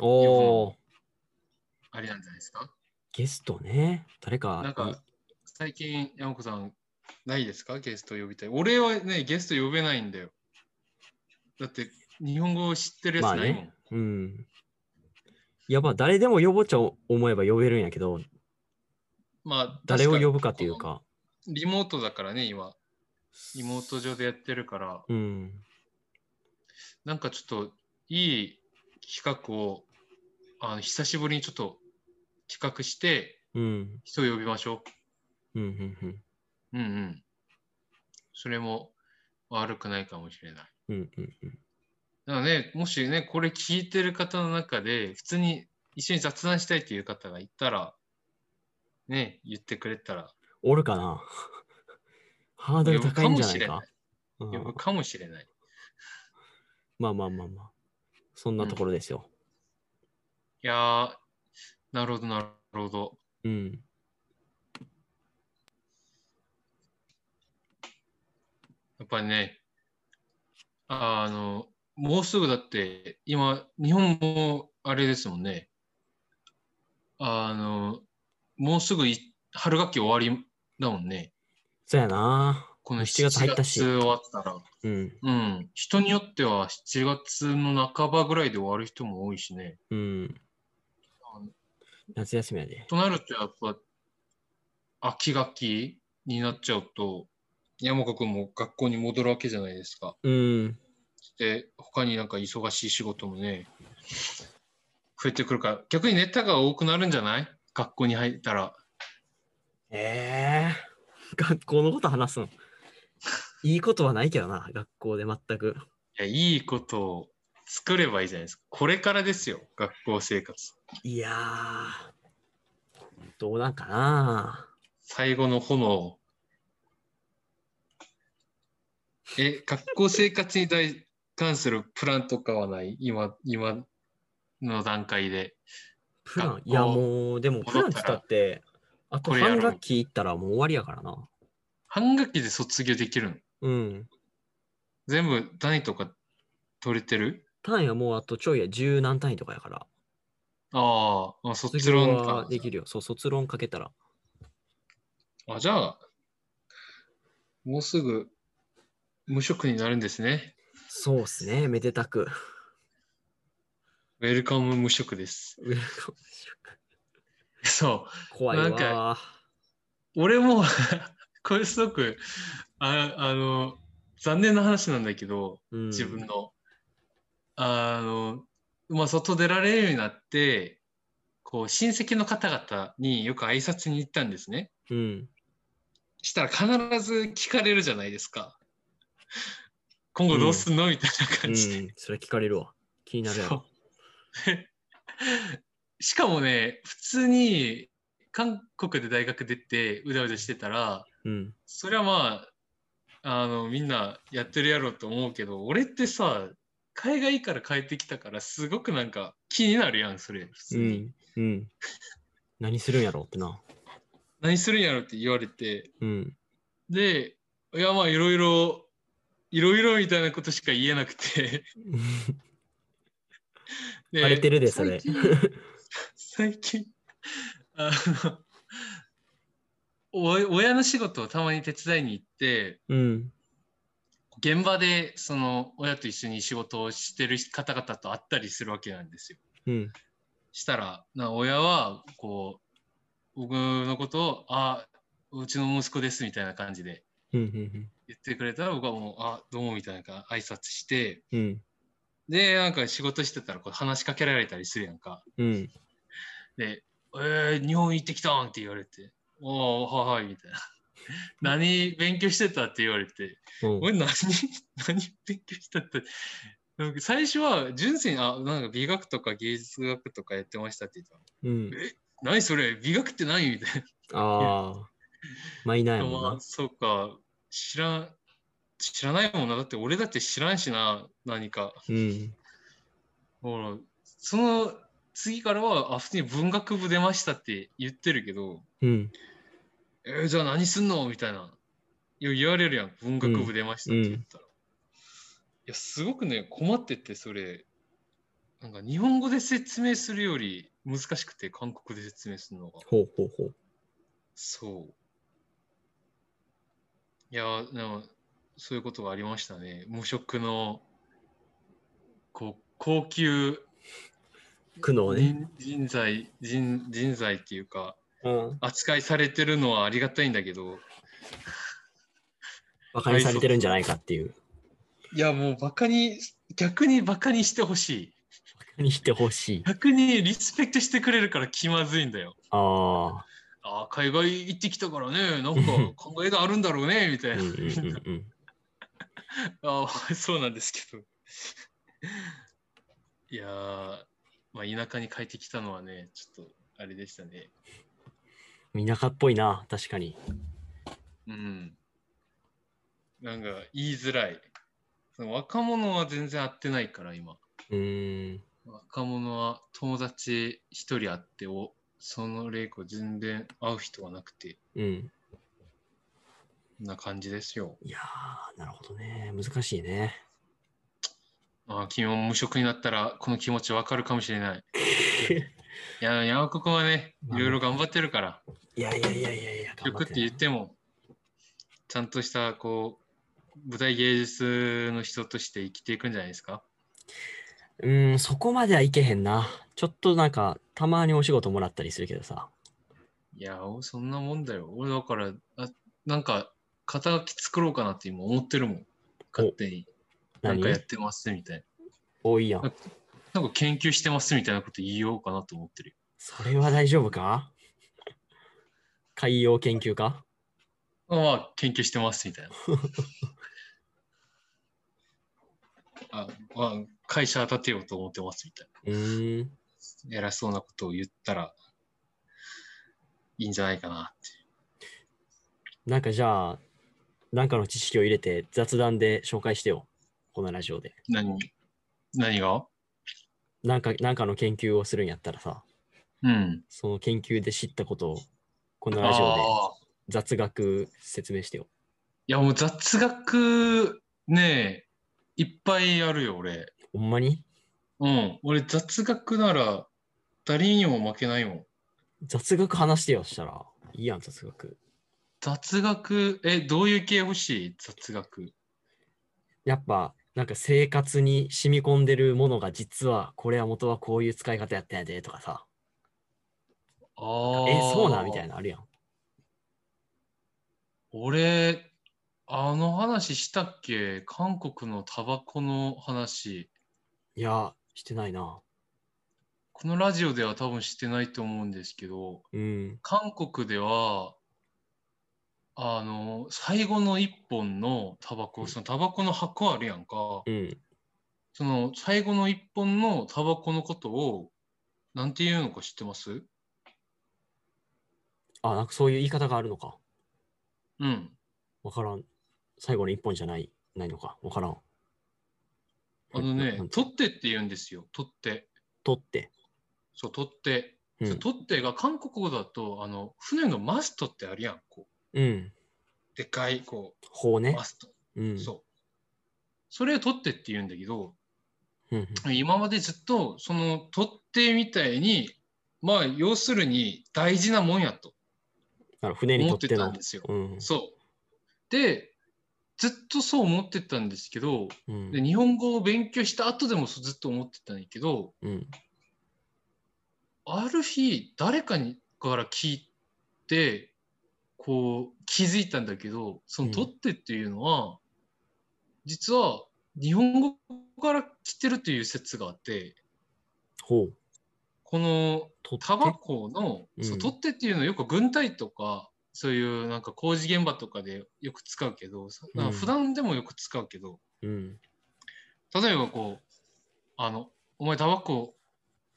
Speaker 3: おー、
Speaker 2: あれなんじゃないですか
Speaker 3: ゲストね。誰か
Speaker 2: なん
Speaker 3: い
Speaker 2: か、最近、山子さん、ないですかゲスト呼びたい。俺はね、ゲスト呼べないんだよ。だって、日本語を知ってるや
Speaker 3: まあ
Speaker 2: つないもん。
Speaker 3: ね。うん。やば、誰でも呼ぼうちゃ思えば呼べるんやけど、
Speaker 2: まあ、
Speaker 3: 誰を呼ぶか
Speaker 2: っ
Speaker 3: って
Speaker 2: て
Speaker 3: いう。か。
Speaker 2: リモートだからね、今。リモート上でやってるから、
Speaker 3: うん。
Speaker 2: なんかちょっと、いい企画を、あの久しぶりにちょっと企画して、
Speaker 3: うん。
Speaker 2: 人を呼びましょう。
Speaker 3: うん。うん。うん。
Speaker 2: うんうん。それも悪くないかもしれない。
Speaker 3: うん。うん。うん
Speaker 2: だからね、もしね、これ聞いてる方の中で、普通に一緒に雑談したいっていう方がいたら、ね、言ってくれたら、
Speaker 3: おるかな ハードル高いんじゃないかう
Speaker 2: 呼ぶ
Speaker 3: ん
Speaker 2: かもしれない。
Speaker 3: まあまあまあまあ。そんなところですよ。
Speaker 2: いやー、なるほど、なるほど。
Speaker 3: うん。
Speaker 2: やっぱりね、あの、もうすぐだって、今、日本もあれですもんね。あの、もうすぐい春学期終わりだもんね。
Speaker 3: そうやな。
Speaker 2: この
Speaker 3: 7
Speaker 2: 7
Speaker 3: 月
Speaker 2: 月
Speaker 3: 入ったし
Speaker 2: 終わったら、
Speaker 3: うん。
Speaker 2: うん、人によっては7月の半ばぐらいで終わる人も多いしね。
Speaker 3: うん。夏休みやで。
Speaker 2: となると、やっぱ、秋学期になっちゃうと、山子くんも学校に戻るわけじゃないですか。
Speaker 3: うん。
Speaker 2: で、他になんか忙しい仕事もね、増えてくるから、逆にネタが多くなるんじゃない学校に入ったら。
Speaker 3: ええ 学校のこと話すの。いいことはないけどな、学校で全く。
Speaker 2: いや、いいことを作ればいいじゃないですか。これからですよ、学校生活。
Speaker 3: いやー、どうなんかな。
Speaker 2: 最後の炎。え、学校生活に対関するプランとかはない今、今の段階で。
Speaker 3: プラン
Speaker 2: 学、校
Speaker 3: いやもう、でも
Speaker 2: 戻った
Speaker 3: プ
Speaker 2: ら
Speaker 3: ランって言ったって、あと
Speaker 2: これやろ
Speaker 3: 半
Speaker 2: う
Speaker 3: 学期行ったらもう終わりやからな。
Speaker 2: 半学期で卒業できるの
Speaker 3: うん。
Speaker 2: 全部単位とか取れてる
Speaker 3: 単位はもうあとちょいや、十何単位とかやから。
Speaker 2: ああ、あ卒
Speaker 3: 卒業
Speaker 2: 論
Speaker 3: は
Speaker 2: か。
Speaker 3: できるよ。そう、卒論かけたら。
Speaker 2: あ、じゃあ、もうすぐ無職になるんですね。
Speaker 3: そうっすね、めでたく。
Speaker 2: ウェルカム無職です。
Speaker 3: 上かもしれん
Speaker 2: そう。
Speaker 3: 怖いわ
Speaker 2: なんか
Speaker 3: ー。
Speaker 2: 俺も これすごくああの残念な話なんだけど
Speaker 3: うん、
Speaker 2: 自分の、あのまあ外出られるようになってこう親戚の方々によく挨拶に行ったんですね
Speaker 3: うん。
Speaker 2: したら必ず聞かれるじゃないですか今後どうすんの、みたいな
Speaker 3: う
Speaker 2: 感じで、
Speaker 3: ん、それ聞かれるわ。気になるや
Speaker 2: そ
Speaker 3: ろ
Speaker 2: う。 しかもね普通に韓国で大学出てうだうだしてたら
Speaker 3: うん。
Speaker 2: そりゃまあ、あの、みんなやってるやろうと思うけど、俺ってさ、海外から帰ってきたから、すごくなんか気になるやん、それ。普
Speaker 3: う
Speaker 2: 通に。
Speaker 3: ん。うん。何するんやろうってな。
Speaker 2: 何するんやろって言われて、
Speaker 3: うん。
Speaker 2: で、いやまあ、いろいろ、いろいろみたいなことしか言えなくて。で
Speaker 3: 荒れてるでそれ
Speaker 2: 最 近、最近あの、お親の仕事をたまに手伝いに行って、
Speaker 3: うん。
Speaker 2: 現場でその親と一緒に仕事をしてる方々と会ったりするわけなんですよ。
Speaker 3: うん。
Speaker 2: したらな親はこう僕のことを「あうちの息子です」みたいな感じで
Speaker 3: うん。うん。
Speaker 2: 言ってくれたら僕はもう「あどうも」みたいな感じで挨拶して
Speaker 3: うん。
Speaker 2: でなんか仕事してたらこう話しかけられたりするやんか。
Speaker 3: うん。
Speaker 2: で「えー、日本行ってきたん」って言われて「おおはいはい」みたいな。何勉強してたって言われて
Speaker 3: うん
Speaker 2: 俺何 何勉強したってなんか最初は純粋にあなんか美学とか芸術学とかやってましたって言ったの
Speaker 3: うん。
Speaker 2: 何それ美学って何みたい
Speaker 3: ああ。マイナー
Speaker 2: な、
Speaker 3: やもん
Speaker 2: ま
Speaker 3: な
Speaker 2: あ、。そうか知らん知らないもんなだって俺だって知らんしな何か
Speaker 3: うん。
Speaker 2: ほらその次からはあ普通に文学部出ましたって言ってるけど
Speaker 3: うん。
Speaker 2: えーじゃあ何すんのみたいな。いや言われるやん。文学部出ましたって言ったら。いや、すごくね、困ってて、それ。なんか日本語で説明するより難しくて、韓国で説明するのが。
Speaker 3: ほうほうほう。
Speaker 2: そう。いや、なんかそういうことがありましたね。無職の、こう、高級
Speaker 3: 苦悩ね。
Speaker 2: 人人材、人人材っていうか、
Speaker 3: うん。
Speaker 2: 扱いされてるのはありがたいんだけど、
Speaker 3: バカにされてるんじゃないかっていう。
Speaker 2: いやもうバカに逆にバカにしてほしい
Speaker 3: バカにしてほしい。
Speaker 2: 逆にリスペクトしてくれるから気まずいんだよ
Speaker 3: あ
Speaker 2: あー海外行ってきたからねなんか
Speaker 3: うん
Speaker 2: 考えがあるんだろうねみた
Speaker 3: あ。
Speaker 2: い
Speaker 3: うんうんう
Speaker 2: な、
Speaker 3: んうん。
Speaker 2: あーそうなんですけどいやーまあ田舎に帰ってきたのはねちょっとあれでしたね
Speaker 3: 田舎っぽいな、確かに。
Speaker 2: うんなんか言いづらいその若者は全然会ってないから今
Speaker 3: うーん。
Speaker 2: 若者は友達一人あっておその例以降全然会う人がなくて
Speaker 3: うん。
Speaker 2: こんな感じですよ
Speaker 3: いやー、なるほどね。難しいね。
Speaker 2: ああ君も無職になったらこの気持ちわかるかもしれ ないいや山岡君はねいろいろ頑張ってるから
Speaker 3: いやいやいやいやいや、頑張
Speaker 2: 職
Speaker 3: っ
Speaker 2: ってて言
Speaker 3: ね
Speaker 2: ってもちゃんとしたこう舞台芸術の人として生きていくんじゃないですか
Speaker 3: うーん、そこまではいけへんな。ちょっとなんか、たまにお仕事もらったりするけどさ。
Speaker 2: いやおそんなもんだよ俺だからあなんか肩書き作ろうかなって今思ってるもん。勝手に。なんかやってますみたい
Speaker 3: 多いやん。
Speaker 2: な。なんか研究してますみたいなこと言いようかなと思ってるよ。
Speaker 3: それは大丈夫か海洋研究家
Speaker 2: あまあ、研究してますみたいな。あまあ、会社立てようと思ってますみたいう
Speaker 3: ーん。
Speaker 2: な。偉そうなことを言ったら、いいんじゃないかなって。
Speaker 3: なんかじゃあ、なんかの知識を入れて雑談で紹介してよ。このラジオで。
Speaker 2: 何何が
Speaker 3: なんか、なんかの研究をするんやったらさ、
Speaker 2: うん。
Speaker 3: その研究で知ったことを、この
Speaker 2: あ
Speaker 3: ラジオで
Speaker 2: あー。
Speaker 3: 雑学説明してよ。
Speaker 2: いや、もう雑学、ねえ、いっぱいあるよ、俺。
Speaker 3: ほんまに
Speaker 2: うん。俺、雑学なら、誰にも負けないもん。
Speaker 3: 雑学話してよ、そしたら。いいやん、雑学。
Speaker 2: 雑学、え、どういう系欲しい雑学。
Speaker 3: やっぱ、なんか生活に染み込んでるものが実は、これは元はこういう使い方やったんやでとかさ、
Speaker 2: ああ。
Speaker 3: え、そうなみたい。なのあるやん。
Speaker 2: 俺、あの話したっけ韓国のタバコの話。
Speaker 3: いや、してないな。
Speaker 2: このラジオでは多分してないと思うんですけど、
Speaker 3: うん。
Speaker 2: 韓国では、あの、最後の一本のタバコ、そのタバコの箱あるやんか、
Speaker 3: うん。
Speaker 2: その最後の一本のタバコのことを、なんていうのか知ってます
Speaker 3: あ、なんかそういう言い方があるのか。
Speaker 2: うん。
Speaker 3: わからん。最後の一本じゃない、ないのか。わからん。
Speaker 2: あの
Speaker 3: な
Speaker 2: ね
Speaker 3: なん、て
Speaker 2: 取ってって言うんですよ、取って。
Speaker 3: 取って。
Speaker 2: そう、取って。
Speaker 3: う。
Speaker 2: そうん取ってが韓国語だと、あの、船のマストってあるやん、こ
Speaker 3: うん。
Speaker 2: う。でかい、こ
Speaker 3: 法
Speaker 2: う、
Speaker 3: ね
Speaker 2: マ。スト。
Speaker 3: うん。
Speaker 2: そう。それを取ってって言うんだけど、
Speaker 3: うんうん。
Speaker 2: 今までずっとその取っ手みたいにまあ要するに大事なもんやと
Speaker 3: なる船にと
Speaker 2: 思っ
Speaker 3: ってて
Speaker 2: た
Speaker 3: の
Speaker 2: んで。すよ。
Speaker 3: うん。
Speaker 2: そうでずっとそう思ってたんですけど
Speaker 3: うん
Speaker 2: で。日本語を勉強した後でもそうずっと思ってたんやけど
Speaker 3: うん。
Speaker 2: ある日誰かにから聞いてこう気づいたんだけどその取っ手っていうのは、実は日本語から来てるという説があって
Speaker 3: ほう。
Speaker 2: この
Speaker 3: 取って
Speaker 2: タバコの、そううん取っ手っていうのはよく軍隊とかそういうなんか工事現場とかでよく使うけどそなんか
Speaker 3: うん
Speaker 2: 普段でもよく使うけど、
Speaker 3: うん。
Speaker 2: 例えばこう「あのお前タバコ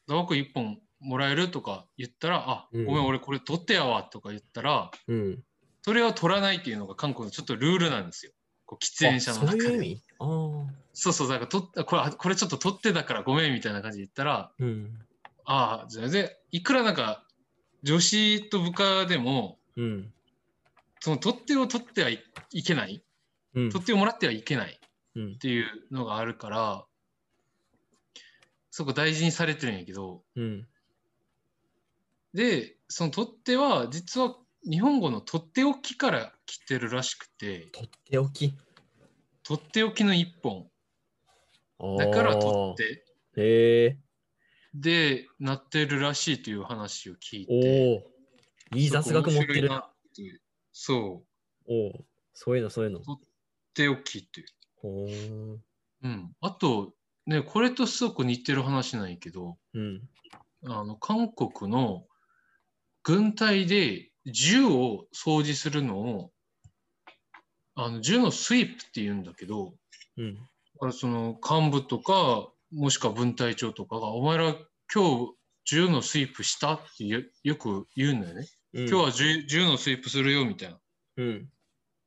Speaker 2: タバコ1本もらえる?」とか言ったら「あ、
Speaker 3: うん
Speaker 2: ごめん俺これ取ってやわ」とか言ったら
Speaker 3: うん。
Speaker 2: それを取らないっていうのが韓国のちょっとルールなんですよ。こう喫煙者の
Speaker 3: あ
Speaker 2: 中
Speaker 3: そういう意
Speaker 2: で。
Speaker 3: 味ああ。
Speaker 2: そうそう、だから取った、これ、あこれちょっと取ってだからごめんみたいな感じで言ったら、
Speaker 3: うん。
Speaker 2: ああ、全然、いくらなんか、女子と部下でも、
Speaker 3: うん。
Speaker 2: その取っ手を取ってはいいけない、
Speaker 3: うん。
Speaker 2: 取っ手をもらってはいけないっ
Speaker 3: うん。
Speaker 2: ていうのがあるから、そこ大事にされてるんやけど、
Speaker 3: うん。
Speaker 2: で、その取っ手は実は日本語の取っておきから来てるらしくて、
Speaker 3: とっておき。
Speaker 2: 取っておきの一本。だから取っ
Speaker 3: ってて。へえ。
Speaker 2: でなってるらしいという話を聞い
Speaker 3: お
Speaker 2: て。
Speaker 3: お。いい雑学持って
Speaker 2: すごく面白い
Speaker 3: る
Speaker 2: な。っていう。そう、
Speaker 3: おお。そういうの、そういうの。
Speaker 2: 取っておきっていう。
Speaker 3: おお。
Speaker 2: うん。あと、ね、これとすごく似てる話なんやけど、
Speaker 3: うん。
Speaker 2: あの韓国の軍隊で銃を掃除するのをあの銃のスイープって言うんだけど
Speaker 3: うん。
Speaker 2: だからその幹部とかもしくは分隊長とかが「お前ら今日銃のスイープした?」ってよよく言うんだよね。
Speaker 3: 今
Speaker 2: 今日は銃銃のスイープするよみたいな。
Speaker 3: うん。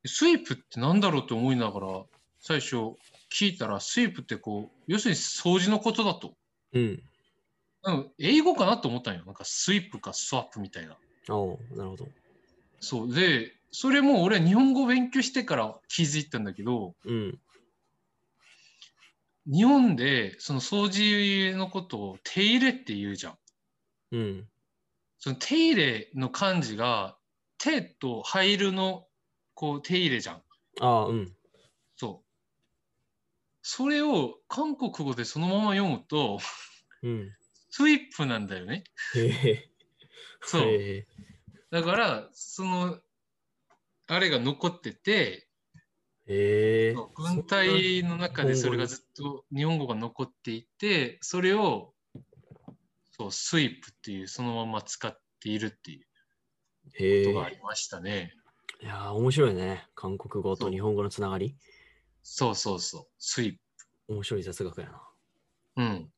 Speaker 2: スイープってなんだろうと思いながら最初聞いたらスイープってこう要するに掃除のことだと。
Speaker 3: うん。
Speaker 2: うん英語かなと思ったんよ。なんかスイープかスワップみたいな。
Speaker 3: あおなるほど。
Speaker 2: そう。で、それも俺は日本語勉強してから気づいたんだけど、
Speaker 3: うん。
Speaker 2: 日本でその掃除のことを手入れって言うじゃん。
Speaker 3: うん。
Speaker 2: その手入れの漢字が手と入るのこう手入れじゃん。
Speaker 3: ああ、うん。
Speaker 2: そう。それを韓国語でそのまま読むと、
Speaker 3: うん。
Speaker 2: スイップなんだよね。
Speaker 3: へえ。
Speaker 2: そう
Speaker 3: へえ。
Speaker 2: だから、その、あれが残ってて、
Speaker 3: ええ
Speaker 2: そう文体の中でそれがずっと日本語が残っていて、それをそうスイープっていうそのまま使っているっていう
Speaker 3: え
Speaker 2: ことがありましたね。
Speaker 3: いやー面白いね。韓国語と日本語のつながり。
Speaker 2: そうそうそう、スイー
Speaker 3: 面白い雑学やな。
Speaker 2: プ。うん。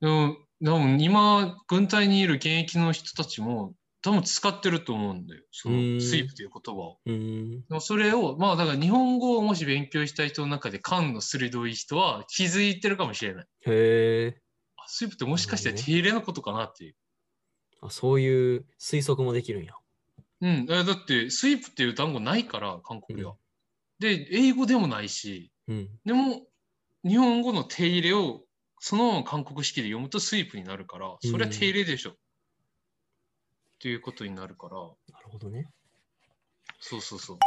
Speaker 2: でも、でも今、軍隊にいる現役の人たちも、多分使ってると思うんだよ。そうの
Speaker 3: ーん
Speaker 2: スイープという言葉を。
Speaker 3: うーん。
Speaker 2: でもそれを、まあだから日本語をもし勉強したい人の中で感の鋭い人は気づいてるかもしれない。
Speaker 3: へえ。
Speaker 2: あスイープってもしかして
Speaker 3: なる
Speaker 2: 手
Speaker 3: ほどね
Speaker 2: 入れのことかなっていう。
Speaker 3: あ、そういう推測もできるんや。
Speaker 2: うん。えだってスイープっていう単語ないから、韓国では。
Speaker 3: うん
Speaker 2: で、英語でもないし、
Speaker 3: うん。
Speaker 2: でも日本語の手入れをそのまま韓国式で読むとスイープになるから、それは手入れでしょ。っていうことになるから、
Speaker 3: なるほどね。
Speaker 2: そうそうそう。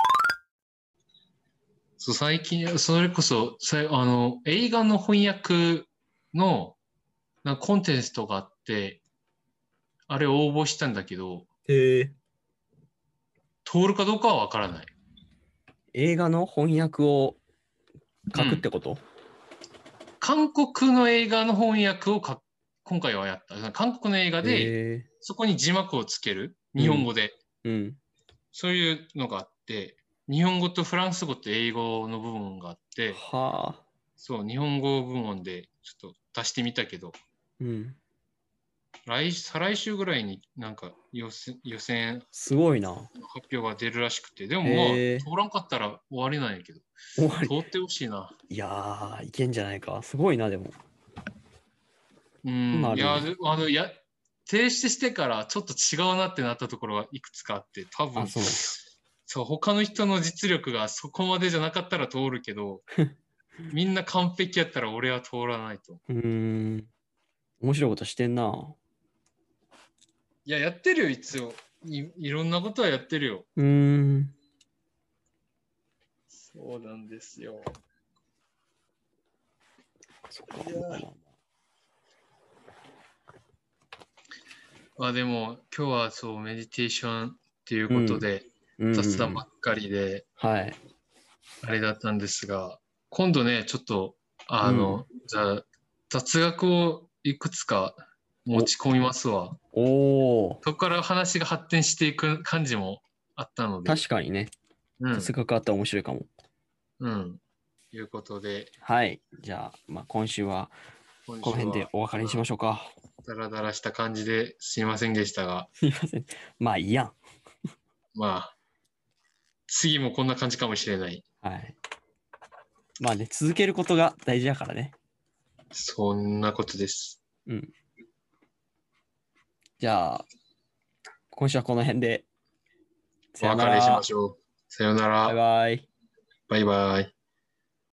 Speaker 2: そう最近、それこそ、さいあの、映画の翻訳の、なんかコンテンツとかあって、あれ応募したんだけど、
Speaker 3: へえ。
Speaker 2: 通るかどうかはわからない。
Speaker 3: 映画の翻訳を書くってこと、
Speaker 2: 韓国の映画の翻訳をか今回はやった。韓国の映画で、
Speaker 3: へえ。
Speaker 2: そこに字幕をつける。日本語で。
Speaker 3: うん。
Speaker 2: そういうのがあって、日本語とフランス語と英語の部分があって、
Speaker 3: はあ。
Speaker 2: そう、日本語部門でちょっと足してみたけど、
Speaker 3: うん。
Speaker 2: 来再来週ぐらいになんか予選予選
Speaker 3: すごいな。
Speaker 2: の発表が出るらしくて、でもまあ、
Speaker 3: へー
Speaker 2: 通らんかったら終わりなんやけど、
Speaker 3: 終わり。
Speaker 2: 通ってほしいな。
Speaker 3: いやー、いけんじゃないか。すごいな、でも。
Speaker 2: うん、
Speaker 3: なる
Speaker 2: いや、であの、や、停止してからちょっと違うなってなったところはいくつかあって、多分
Speaker 3: あ、そう。
Speaker 2: そう、他の人の実力がそこまでじゃなかったら通る けど、みんな完璧やったら俺は通らないと。
Speaker 3: うーん。面白いことしてんな。
Speaker 2: いや、やってるよ、一応。いいろんなことはやってるよ。
Speaker 3: うーん。
Speaker 2: そうなんですよ。
Speaker 3: そっか
Speaker 2: いやーまあでも今日はそうメディテーションっていうことで、
Speaker 3: うん
Speaker 2: 雑談ばっかりで
Speaker 3: はい。
Speaker 2: あれだったんですが今度ねちょっとあの、じゃあ雑学をいくつか持ち込みますわ
Speaker 3: おー。
Speaker 2: そこから話が発展していく感じもあったので
Speaker 3: 確かにね。
Speaker 2: うん
Speaker 3: 哲学あったら面白いかも。
Speaker 2: うんいうことで
Speaker 3: はい。じゃあ、まあ、今週は
Speaker 2: 今
Speaker 3: この辺でお別れにしましょうか。
Speaker 2: ダラダラした感じですいませんでしたが
Speaker 3: すいません。まあ、いいやん。
Speaker 2: まあ次もこんな感じかもしれない
Speaker 3: はい。まあね、続けることが大事だからね。
Speaker 2: そんなことです
Speaker 3: じゃあ、今週はこの辺で。
Speaker 2: お別れしましょうさような
Speaker 3: バイ
Speaker 2: ら
Speaker 3: バイ。
Speaker 2: バイバイ